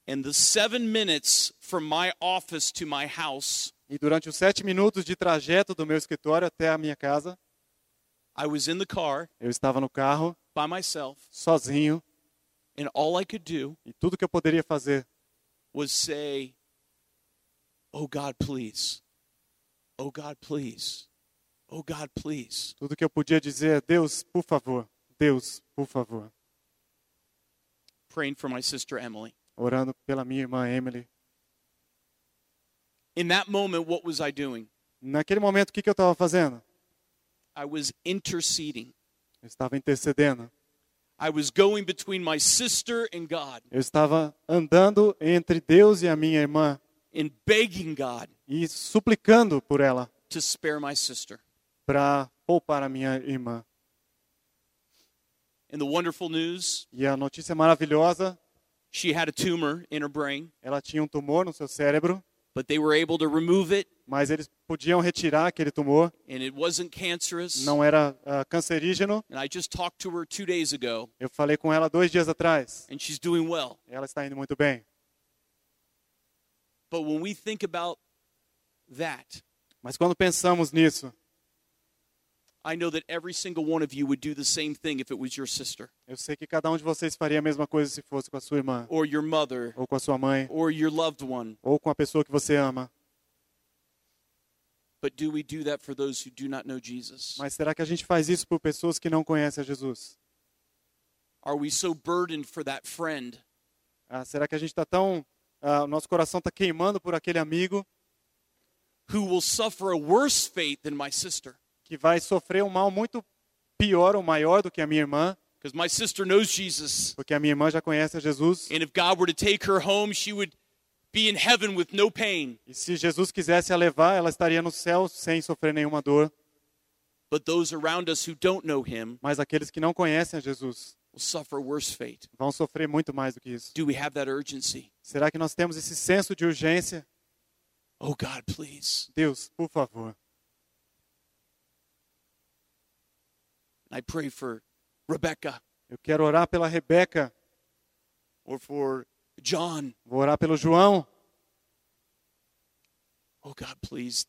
[SPEAKER 1] And the seven minutes from my office to my house,
[SPEAKER 2] E durante os sete minutos de trajeto do meu escritório até a minha casa,
[SPEAKER 1] I was in the car
[SPEAKER 2] eu estava no carro,
[SPEAKER 1] by myself,
[SPEAKER 2] sozinho,
[SPEAKER 1] and all I could do
[SPEAKER 2] e tudo que eu poderia fazer,
[SPEAKER 1] was say, Oh God, please. Oh God, please. Oh God, please.
[SPEAKER 2] tudo que eu podia dizer é Deus, por favor, Deus, por favor.
[SPEAKER 1] Praying for my sister Emily.
[SPEAKER 2] orando pela minha irmã Emily.
[SPEAKER 1] In that moment, what was I doing?
[SPEAKER 2] Naquele momento, o que, que eu estava fazendo?
[SPEAKER 1] I was interceding.
[SPEAKER 2] Eu estava intercedendo.
[SPEAKER 1] I was going between my sister and God
[SPEAKER 2] Eu estava andando entre Deus e a minha irmã
[SPEAKER 1] and begging God
[SPEAKER 2] e suplicando por ela
[SPEAKER 1] to spare my sister.
[SPEAKER 2] para poupar a minha irmã.
[SPEAKER 1] And the wonderful news,
[SPEAKER 2] E a notícia maravilhosa,
[SPEAKER 1] she had a tumor in her brain,
[SPEAKER 2] ela tinha um tumor no seu cérebro,
[SPEAKER 1] but they were able to remove it
[SPEAKER 2] mas eles podiam retirar aquele tumor,
[SPEAKER 1] and it wasn't cancerous.
[SPEAKER 2] não era ah, cancerígeno.
[SPEAKER 1] And I just talked to her 2 days ago
[SPEAKER 2] Eu falei com ela dois dias atrás.
[SPEAKER 1] and she's doing well.
[SPEAKER 2] Ela está indo muito bem.
[SPEAKER 1] But when we think about that,
[SPEAKER 2] Mas quando pensamos nisso,
[SPEAKER 1] I know that every single one of you would do the same thing if it was your sister
[SPEAKER 2] eu sei que cada um de vocês faria a mesma coisa se fosse com a sua irmã,
[SPEAKER 1] or your mother
[SPEAKER 2] ou com a sua mãe,
[SPEAKER 1] or your loved one.
[SPEAKER 2] ou com a pessoa que você ama.
[SPEAKER 1] But do we do that for those who do not know Jesus?
[SPEAKER 2] Mas será que a gente faz isso por pessoas que não conhecem a Jesus?
[SPEAKER 1] Are we so burdened for that friend
[SPEAKER 2] Ah, será que a gente está tão. ah, o nosso coração está queimando por aquele amigo
[SPEAKER 1] who will suffer a worse fate than my sister?
[SPEAKER 2] que vai sofrer um mal muito pior ou maior do que a minha irmã,
[SPEAKER 1] Because my sister knows Jesus.
[SPEAKER 2] porque a minha irmã já conhece a Jesus.
[SPEAKER 1] And if God were to take her home, she would be in heaven with no pain.
[SPEAKER 2] E se Jesus quisesse a levar, ela estaria no céu sem sofrer nenhuma dor.
[SPEAKER 1] But those around us who don't know him
[SPEAKER 2] Mas aqueles que não conhecem a Jesus
[SPEAKER 1] will suffer worse fate.
[SPEAKER 2] vão sofrer muito mais do que isso.
[SPEAKER 1] Do we have that urgency?
[SPEAKER 2] Será que nós temos esse senso de urgência?
[SPEAKER 1] Oh God, please.
[SPEAKER 2] Deus, por favor.
[SPEAKER 1] I pray for Rebecca
[SPEAKER 2] Eu quero orar pela Rebeca,
[SPEAKER 1] or for John.
[SPEAKER 2] vou orar pelo João.
[SPEAKER 1] Oh God, please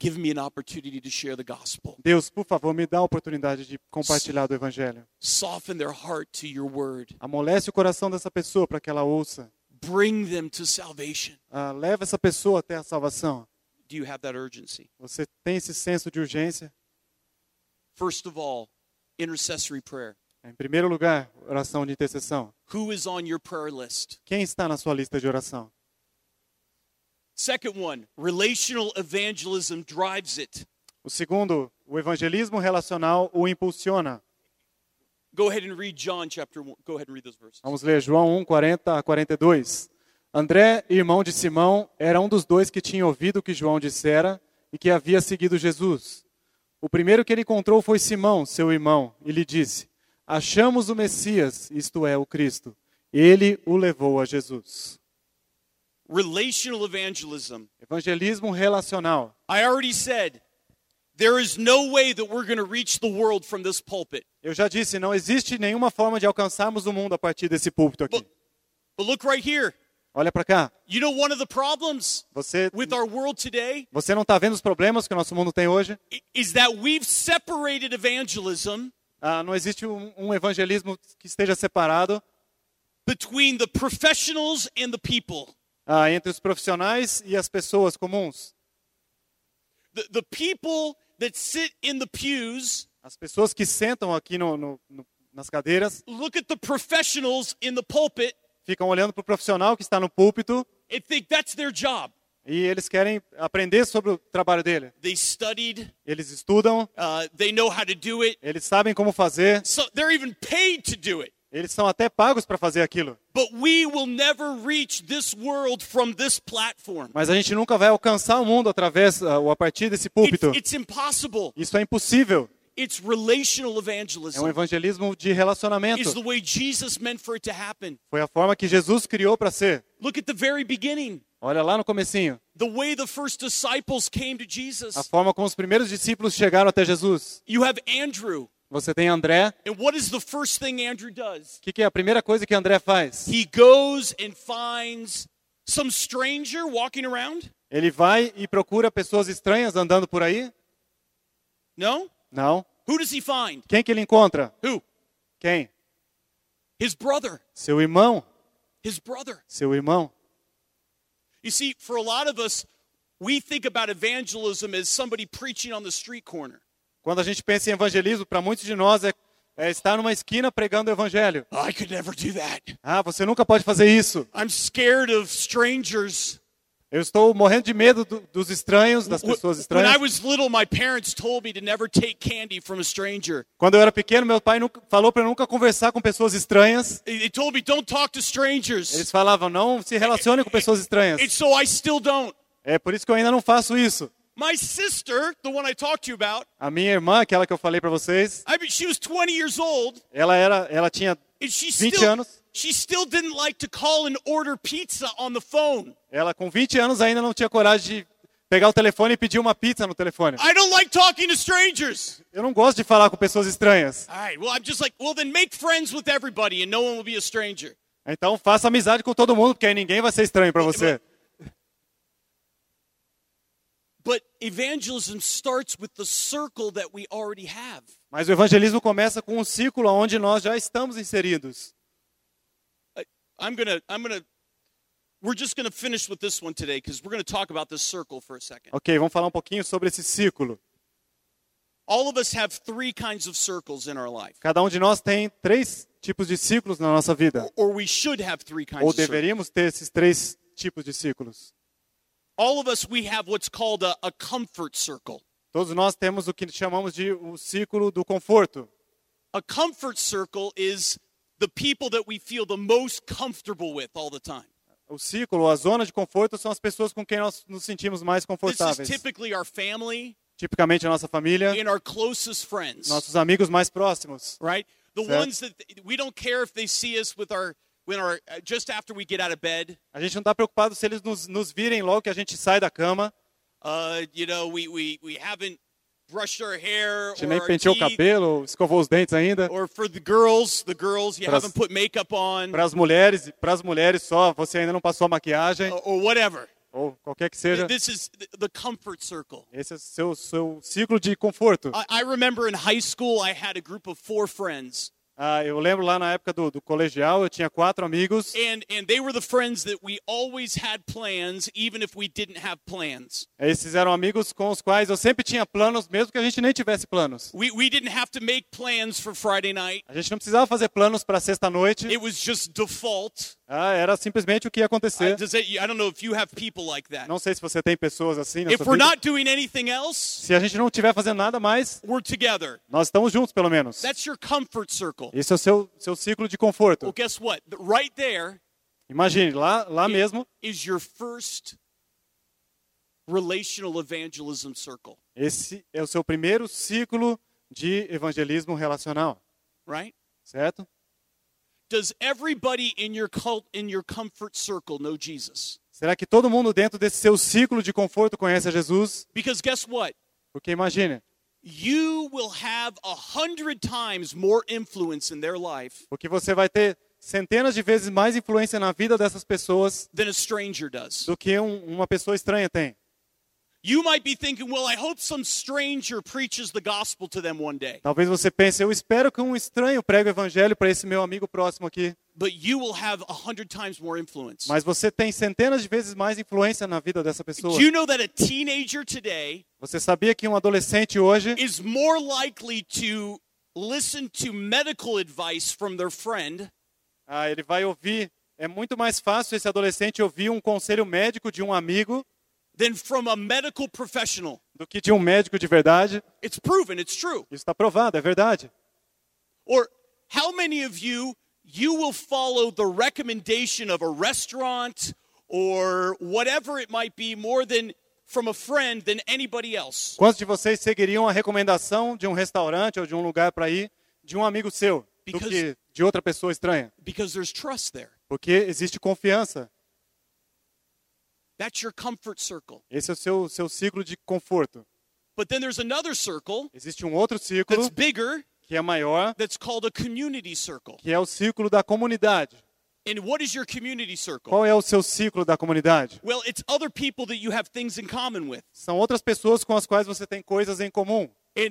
[SPEAKER 1] give me an opportunity to share the gospel.
[SPEAKER 2] Deus, por favor, me dá a oportunidade de compartilhar do Evangelho.
[SPEAKER 1] Soften their heart to your word.
[SPEAKER 2] Amolece o coração dessa pessoa para que ela ouça.
[SPEAKER 1] Bring them to salvation.
[SPEAKER 2] Ah, leva essa pessoa até a salvação.
[SPEAKER 1] Do you have that urgency?
[SPEAKER 2] Você tem esse senso de urgência?
[SPEAKER 1] First of all, intercessory prayer.
[SPEAKER 2] Em primeiro lugar, oração de intercessão.
[SPEAKER 1] Who is on your prayer list?
[SPEAKER 2] Quem está na sua lista de oração?
[SPEAKER 1] Second one, relational evangelism drives it.
[SPEAKER 2] O segundo, o evangelismo relacional o impulsiona.
[SPEAKER 1] Go ahead and read John chapter 1. Go ahead and read those verses.
[SPEAKER 2] Vamos ler João 1, 40 a 42. André, irmão de Simão, era um dos dois que tinha ouvido o que João dissera e que havia seguido Jesus. O primeiro que ele encontrou foi Simão, seu irmão, e lhe disse: Achamos o Messias, isto é, o Cristo. Ele o levou a Jesus.
[SPEAKER 1] Relational evangelism.
[SPEAKER 2] Evangelismo relacional.
[SPEAKER 1] I already said there is no way that we're going to reach the world from this pulpit.
[SPEAKER 2] Eu já disse, não existe nenhuma forma de alcançarmos o mundo a partir desse púlpito aqui.
[SPEAKER 1] Look, but look right here.
[SPEAKER 2] Olha para cá.
[SPEAKER 1] You know, one of the problems
[SPEAKER 2] Você,
[SPEAKER 1] with our world today
[SPEAKER 2] você não está vendo os problemas que o nosso mundo tem hoje?
[SPEAKER 1] i- is that we've separated evangelism
[SPEAKER 2] Ah, não existe um, um evangelismo que esteja separado
[SPEAKER 1] between the professionals and the people.
[SPEAKER 2] ah, entre os profissionais e as pessoas comuns.
[SPEAKER 1] The, the people that sit in the pews
[SPEAKER 2] As pessoas que sentam aqui no- no- no- nas cadeiras
[SPEAKER 1] look at the professionals in the pulpit
[SPEAKER 2] ficam olhando para o profissional que está no púlpito
[SPEAKER 1] and think that's their job.
[SPEAKER 2] e eles querem aprender sobre o trabalho dele.
[SPEAKER 1] They studied,
[SPEAKER 2] Eles estudam,
[SPEAKER 1] uh, they know how to do it,
[SPEAKER 2] eles sabem como fazer,
[SPEAKER 1] so they're even paid to do it.
[SPEAKER 2] eles são até pagos para fazer aquilo.
[SPEAKER 1] But we will never reach this world from this platform.
[SPEAKER 2] Mas a gente nunca vai alcançar o mundo através ah, ou a partir desse
[SPEAKER 1] It's,
[SPEAKER 2] púlpito.
[SPEAKER 1] it's impossible.
[SPEAKER 2] Isso é impossível.
[SPEAKER 1] It's relational
[SPEAKER 2] É um
[SPEAKER 1] evangelism.
[SPEAKER 2] evangelismo de
[SPEAKER 1] Is
[SPEAKER 2] relacionamento.
[SPEAKER 1] the way Jesus meant for it to happen.
[SPEAKER 2] Foi a forma que Jesus criou para ser.
[SPEAKER 1] Look at the very beginning,
[SPEAKER 2] Olha lá no comecinho,
[SPEAKER 1] the way the first disciples came to
[SPEAKER 2] a
[SPEAKER 1] Jesus.
[SPEAKER 2] forma como os primeiros discípulos chegaram até Jesus.
[SPEAKER 1] You have Andrew,
[SPEAKER 2] Você tem André. O
[SPEAKER 1] and what is the first thing Andrew does?
[SPEAKER 2] que, que é a primeira coisa que André faz?
[SPEAKER 1] He goes and finds some stranger walking around.
[SPEAKER 2] Ele vai e procura pessoas estranhas andando por aí?
[SPEAKER 1] No?
[SPEAKER 2] Não.
[SPEAKER 1] Who does he find?
[SPEAKER 2] Quem que ele encontra?
[SPEAKER 1] Who?
[SPEAKER 2] Quem?
[SPEAKER 1] His brother.
[SPEAKER 2] Seu irmão.
[SPEAKER 1] His brother.
[SPEAKER 2] Seu irmão.
[SPEAKER 1] You see, for a lot of us, we think about evangelism as somebody preaching on the street corner.
[SPEAKER 2] Quando a gente pensa em evangelismo, para muitos de nós é é estar numa esquina pregando o evangelho.
[SPEAKER 1] Oh, I could never do that.
[SPEAKER 2] Ah, você nunca pode fazer isso.
[SPEAKER 1] I'm scared of strangers.
[SPEAKER 2] Eu estou morrendo de medo do- dos estranhos, das pessoas
[SPEAKER 1] When I
[SPEAKER 2] estranhas.
[SPEAKER 1] was little, my parents told me to never take candy from a stranger.
[SPEAKER 2] Quando eu era pequeno, meu pai nunca, falou para eu nunca conversar com pessoas estranhas.
[SPEAKER 1] They they told me don't talk to strangers.
[SPEAKER 2] Eles falavam, não se relacione com pessoas estranhas.
[SPEAKER 1] And so I still don't.
[SPEAKER 2] É por isso que eu ainda não faço isso.
[SPEAKER 1] My sister, the one I talked to you about,
[SPEAKER 2] A minha irmã, aquela que eu falei para vocês,
[SPEAKER 1] I mean, she was 20 years old,
[SPEAKER 2] ela era, ela tinha,
[SPEAKER 1] and she
[SPEAKER 2] 20
[SPEAKER 1] still
[SPEAKER 2] anos.
[SPEAKER 1] she still didn't like to call and order pizza on the phone.
[SPEAKER 2] ela com 20 anos ainda não tinha coragem de pegar o telefone e pedir uma pizza no telefone.
[SPEAKER 1] I don't like talking to strangers.
[SPEAKER 2] Eu não gosto de falar com pessoas estranhas.
[SPEAKER 1] All right, well, I'm just like, well, then make friends with everybody, and no one will be a stranger.
[SPEAKER 2] Então faça amizade com todo mundo, porque aí ninguém vai ser estranho para você.
[SPEAKER 1] But evangelism starts with the circle that we already have.
[SPEAKER 2] Mas o evangelismo começa com um círculo onde nós já estamos inseridos.
[SPEAKER 1] I, I'm gonna, I'm gonna, we're just gonna finish with this one today because we're gonna talk about this circle for a second.
[SPEAKER 2] Ok, vamos falar um pouquinho sobre esse círculo.
[SPEAKER 1] All of us have three kinds of circles in our life,
[SPEAKER 2] Cada um de nós tem três tipos de círculos na nossa vida.
[SPEAKER 1] or we should have three kinds
[SPEAKER 2] Ou
[SPEAKER 1] of circles.
[SPEAKER 2] deveríamos ter esses três tipos de círculos.
[SPEAKER 1] All of us, we have what's called a, a comfort circle.
[SPEAKER 2] Todos nós temos o que chamamos de o círculo do conforto.
[SPEAKER 1] A comfort circle is the people that we feel the most comfortable with all the time.
[SPEAKER 2] O círculo, a zona de conforto, são as pessoas com quem nós nos sentimos mais
[SPEAKER 1] This is
[SPEAKER 2] confortáveis.
[SPEAKER 1] typically our family
[SPEAKER 2] Tipicamente a nossa família,
[SPEAKER 1] and our closest friends,
[SPEAKER 2] nossos amigos mais próximos.
[SPEAKER 1] right? The
[SPEAKER 2] Certo.
[SPEAKER 1] ones that we don't care if they see us with our when our uh, just after we get out of bed.
[SPEAKER 2] A gente não está preocupado se eles nos, nos virem logo que a gente sai da cama.
[SPEAKER 1] Uh, you know, we we we haven't brushed our hair
[SPEAKER 2] A gente
[SPEAKER 1] or,
[SPEAKER 2] nem
[SPEAKER 1] our
[SPEAKER 2] penteou o
[SPEAKER 1] teeth,
[SPEAKER 2] cabelo, ou escovou os dentes ainda.
[SPEAKER 1] or for the girls, the girls you
[SPEAKER 2] Pras-
[SPEAKER 1] haven't put makeup on
[SPEAKER 2] Para as mulheres, para as mulheres só, você ainda não passou a maquiagem
[SPEAKER 1] or, or whatever.
[SPEAKER 2] ou qualquer que seja.
[SPEAKER 1] This Oh. is th- the comfort circle.
[SPEAKER 2] Esse é o seu, seu ciclo de conforto.
[SPEAKER 1] I, I remember in high school, I had a group of four friends,
[SPEAKER 2] Ah, eu lembro lá na época do, do colegial, eu tinha quatro amigos
[SPEAKER 1] and and they were the friends that we always had plans, even if we didn't have plans.
[SPEAKER 2] Esses eram amigos com os quais eu sempre tinha planos, mesmo que a gente nem tivesse planos.
[SPEAKER 1] We we didn't have to make plans for Friday night.
[SPEAKER 2] A gente não precisava fazer planos para sexta-noite,
[SPEAKER 1] It was just default.
[SPEAKER 2] ah, era simplesmente o que ia
[SPEAKER 1] I,
[SPEAKER 2] acontecer.
[SPEAKER 1] does that, I don't know if you have people like that.
[SPEAKER 2] Não sei se você tem pessoas assim na
[SPEAKER 1] If
[SPEAKER 2] sua
[SPEAKER 1] we're
[SPEAKER 2] vida.
[SPEAKER 1] not doing anything else,
[SPEAKER 2] Se a gente não estiver fazendo nada mais,
[SPEAKER 1] we're together.
[SPEAKER 2] nós estamos juntos, pelo menos.
[SPEAKER 1] That's your comfort circle.
[SPEAKER 2] Esse é o seu, seu ciclo de conforto.
[SPEAKER 1] Well, guess what? Th- Right there
[SPEAKER 2] Imagine, lá, lá mesmo,
[SPEAKER 1] is your first relational evangelism circle,
[SPEAKER 2] esse é o seu primeiro ciclo de evangelismo relacional,
[SPEAKER 1] right?
[SPEAKER 2] certo?
[SPEAKER 1] Does everybody in your cult in your comfort circle know Jesus?
[SPEAKER 2] Será que todo mundo dentro desse seu ciclo de conforto conhece a Jesus?
[SPEAKER 1] Because guess what?
[SPEAKER 2] Porque imagine,
[SPEAKER 1] You will have a hundred times more influence in their life
[SPEAKER 2] Porque você vai ter centenas de vezes mais influência na vida dessas pessoas
[SPEAKER 1] than a stranger does.
[SPEAKER 2] do que um- uma pessoa estranha tem.
[SPEAKER 1] You might be thinking, well, I hope some stranger preaches the gospel to them one day.
[SPEAKER 2] Talvez você pense, eu espero que um estranho pregue o evangelho para esse meu amigo próximo aqui.
[SPEAKER 1] But you will have a hundred times more influence.
[SPEAKER 2] Mas você tem centenas de vezes mais influência na vida dessa pessoa.
[SPEAKER 1] Do you know that a teenager today
[SPEAKER 2] Você sabia que um adolescente hoje,
[SPEAKER 1] is more likely to listen to medical advice from their friend
[SPEAKER 2] ah, ele vai ouvir, é muito mais fácil esse adolescente ouvir um conselho médico de um amigo
[SPEAKER 1] than from a medical professional?
[SPEAKER 2] do que de um médico de verdade.
[SPEAKER 1] It's proven, it's true.
[SPEAKER 2] Isso está provado, é verdade.
[SPEAKER 1] Or how many of you you will follow the recommendation of a restaurant or whatever it might be more than from a friend than anybody else?
[SPEAKER 2] Quantos de vocês seguiriam a recomendação de um restaurante ou de um lugar para ir de um amigo seu do
[SPEAKER 1] Because-
[SPEAKER 2] que de outra pessoa estranha?
[SPEAKER 1] Because there's trust there.
[SPEAKER 2] Porque existe confiança.
[SPEAKER 1] That's your comfort circle.
[SPEAKER 2] Esse é o seu, seu ciclo de conforto.
[SPEAKER 1] But then there's another circle
[SPEAKER 2] Existe um outro
[SPEAKER 1] that's
[SPEAKER 2] círculo
[SPEAKER 1] bigger
[SPEAKER 2] que é maior,
[SPEAKER 1] that's called a community circle.
[SPEAKER 2] que é o círculo da comunidade.
[SPEAKER 1] And what is your community circle?
[SPEAKER 2] Qual é o seu ciclo da comunidade?
[SPEAKER 1] Well, it's other people that you have things in common with.
[SPEAKER 2] São outras pessoas com as quais você tem coisas em comum.
[SPEAKER 1] And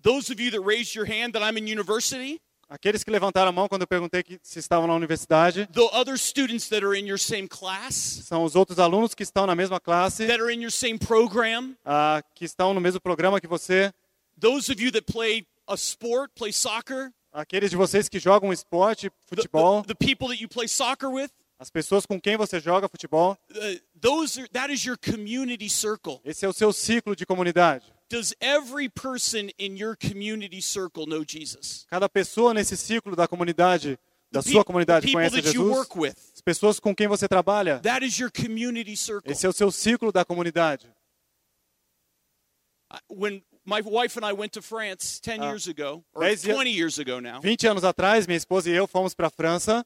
[SPEAKER 1] those of you that raised your hand that I'm in university,
[SPEAKER 2] Aqueles que levantaram a mão quando eu perguntei que se estavam na universidade
[SPEAKER 1] the other students that are in your same class,
[SPEAKER 2] são os outros alunos que estão na mesma classe,
[SPEAKER 1] that are in your same program,
[SPEAKER 2] ah, que estão no mesmo programa que você,
[SPEAKER 1] those of you that play a sport, play soccer,
[SPEAKER 2] Aqueles de vocês que jogam esporte,
[SPEAKER 1] the,
[SPEAKER 2] futebol,
[SPEAKER 1] the- the people that you play soccer with,
[SPEAKER 2] as pessoas com quem você joga futebol,
[SPEAKER 1] uh, those are, that is your community circle.
[SPEAKER 2] esse é o seu ciclo de comunidade.
[SPEAKER 1] Does every person in your community circle know Jesus?
[SPEAKER 2] Cada pessoa nesse ciclo da comunidade, da
[SPEAKER 1] The
[SPEAKER 2] sua
[SPEAKER 1] peop- the
[SPEAKER 2] comunidade,
[SPEAKER 1] people
[SPEAKER 2] conhece
[SPEAKER 1] that you
[SPEAKER 2] Jesus.
[SPEAKER 1] work with,
[SPEAKER 2] As pessoas com quem você trabalha,
[SPEAKER 1] that is your community circle.
[SPEAKER 2] esse é o seu ciclo da comunidade.
[SPEAKER 1] I- When my wife and I went to France 10 years ago, or
[SPEAKER 2] Ah. Dez ye-
[SPEAKER 1] 20 years ago now,
[SPEAKER 2] 20 anos atrás, minha esposa e eu fomos para a França.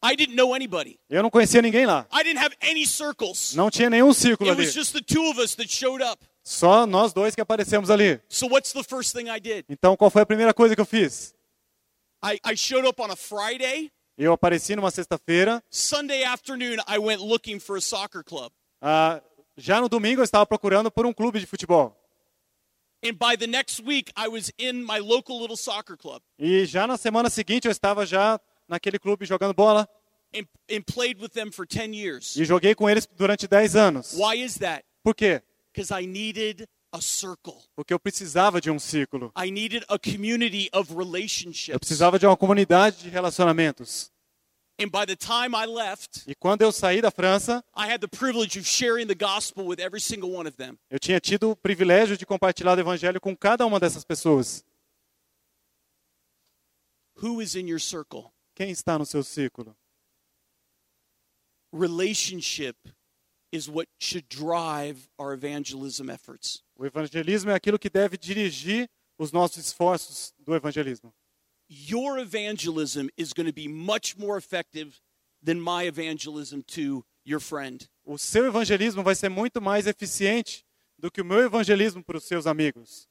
[SPEAKER 1] I didn't know anybody.
[SPEAKER 2] Eu não conhecia ninguém lá.
[SPEAKER 1] I didn't have any circles.
[SPEAKER 2] Não tinha nenhum círculo
[SPEAKER 1] It
[SPEAKER 2] ali.
[SPEAKER 1] was just the two of us that showed up.
[SPEAKER 2] Só nós dois que aparecemos ali.
[SPEAKER 1] So what's the first thing I did?
[SPEAKER 2] Então, qual foi a primeira coisa que eu fiz?
[SPEAKER 1] I, I showed up on a Friday.
[SPEAKER 2] Eu apareci numa sexta-feira.
[SPEAKER 1] Sunday afternoon, I went looking for a soccer club.
[SPEAKER 2] ah, já no domingo, eu estava procurando por um clube de futebol.
[SPEAKER 1] And by the next week, I was in my local little soccer club
[SPEAKER 2] E já na semana seguinte, eu estava já naquele clube jogando bola.
[SPEAKER 1] and, and played with them for 10 years.
[SPEAKER 2] E joguei com eles durante 10 anos.
[SPEAKER 1] Why is that?
[SPEAKER 2] Por quê?
[SPEAKER 1] Because I needed a circle.
[SPEAKER 2] Porque eu precisava de um círculo.
[SPEAKER 1] I needed a community of
[SPEAKER 2] Eu
[SPEAKER 1] relationships.
[SPEAKER 2] precisava de uma comunidade de relacionamentos.
[SPEAKER 1] And by the time I left,
[SPEAKER 2] E quando eu saí da França,
[SPEAKER 1] I had the privilege of sharing the gospel with every single one of them.
[SPEAKER 2] eu tinha tido o privilégio de compartilhar o evangelho com cada uma dessas pessoas.
[SPEAKER 1] Who is in your circle?
[SPEAKER 2] Quem está no seu círculo?
[SPEAKER 1] Relationship is what should drive our evangelism efforts.
[SPEAKER 2] O evangelismo é aquilo que deve dirigir os nossos esforços do evangelismo.
[SPEAKER 1] Your evangelism is going to be much more effective than my evangelism to your friend.
[SPEAKER 2] O seu evangelismo vai ser muito mais eficiente do que o meu evangelismo para os seus amigos.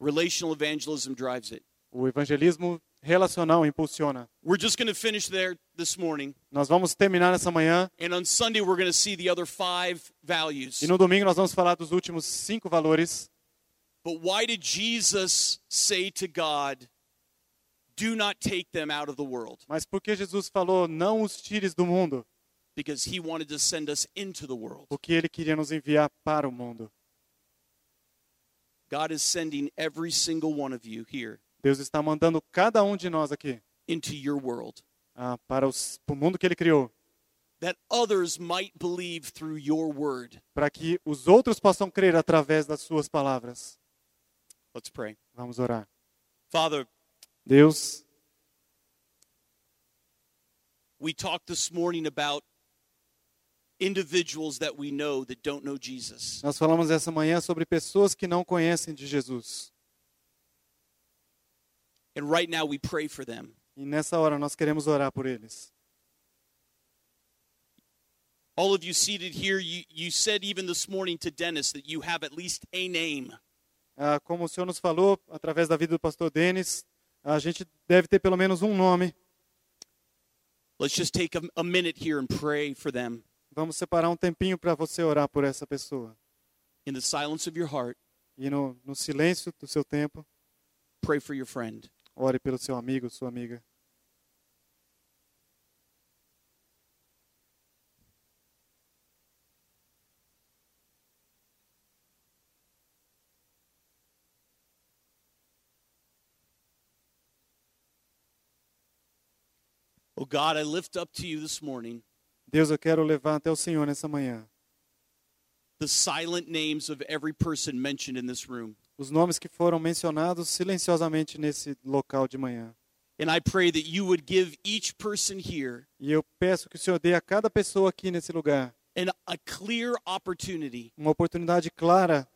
[SPEAKER 1] Relational evangelism drives it.
[SPEAKER 2] O evangelismo relacional impulsiona.
[SPEAKER 1] We're just going to finish there this morning.
[SPEAKER 2] Nós vamos terminar nessa manhã
[SPEAKER 1] And on Sunday, we're going to see the other five values.
[SPEAKER 2] e no domingo nós vamos falar dos últimos cinco valores.
[SPEAKER 1] But why did Jesus say to God, do not take them out of the world?
[SPEAKER 2] Mas por que Jesus falou não os tires do mundo?
[SPEAKER 1] Because he wanted to send us into the world.
[SPEAKER 2] Porque ele queria nos enviar para o mundo.
[SPEAKER 1] God is sending every single one of you here
[SPEAKER 2] Deus está mandando cada um de nós aqui
[SPEAKER 1] into your world
[SPEAKER 2] ah, para, os, para o mundo que ele criou,
[SPEAKER 1] that others might believe through your word.
[SPEAKER 2] para que os outros possam crer através das suas palavras.
[SPEAKER 1] Let's pray.
[SPEAKER 2] Vamos orar.
[SPEAKER 1] Father,
[SPEAKER 2] Deus,
[SPEAKER 1] we talked this morning about individuals that we know that don't know Jesus.
[SPEAKER 2] nós falamos essa manhã sobre pessoas que não conhecem de Jesus.
[SPEAKER 1] And right now we pray for them.
[SPEAKER 2] E nessa hora nós queremos orar por eles.
[SPEAKER 1] All of you seated here, you, you said even this morning to Dennis that you have at least a name.
[SPEAKER 2] Ah, como o Senhor nos falou, através da vida do pastor Denis, a gente deve ter pelo menos um nome.
[SPEAKER 1] Let's just take a, a minute here and pray for them
[SPEAKER 2] Vamos separar um tempinho para você orar por essa pessoa.
[SPEAKER 1] in the silence of your heart.
[SPEAKER 2] E no, no silêncio do seu tempo,
[SPEAKER 1] Pray for your friend.
[SPEAKER 2] ore pelo seu amigo, sua amiga.
[SPEAKER 1] Oh God, I lift up to you this morning
[SPEAKER 2] Deus, eu quero levar até o Senhor nessa manhã
[SPEAKER 1] the silent names of every person mentioned in this room.
[SPEAKER 2] os nomes que foram mencionados silenciosamente nesse local de manhã.
[SPEAKER 1] And I pray that you would give each person here
[SPEAKER 2] E eu peço que o Senhor dê a cada pessoa aqui nesse lugar
[SPEAKER 1] an, a clear opportunity
[SPEAKER 2] uma oportunidade clara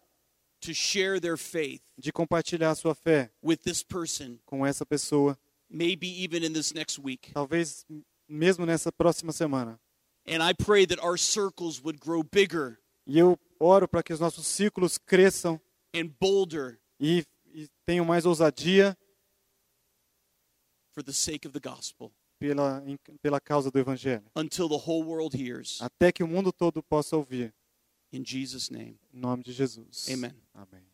[SPEAKER 1] to share their faith
[SPEAKER 2] de compartilhar a sua fé
[SPEAKER 1] with this person,
[SPEAKER 2] com essa pessoa,
[SPEAKER 1] maybe even in this next week.
[SPEAKER 2] talvez m- mesmo nessa próxima semana.
[SPEAKER 1] And I pray that our circles would grow bigger
[SPEAKER 2] E eu oro para que os nossos círculos cresçam
[SPEAKER 1] and bolder
[SPEAKER 2] e, e tenham mais ousadia
[SPEAKER 1] for the sake of the gospel
[SPEAKER 2] pela, em- pela causa do Evangelho,
[SPEAKER 1] until the whole world hears.
[SPEAKER 2] até que o mundo todo possa ouvir.
[SPEAKER 1] In Jesus' name,
[SPEAKER 2] Em nome de Jesus.
[SPEAKER 1] Amen.
[SPEAKER 2] Amém.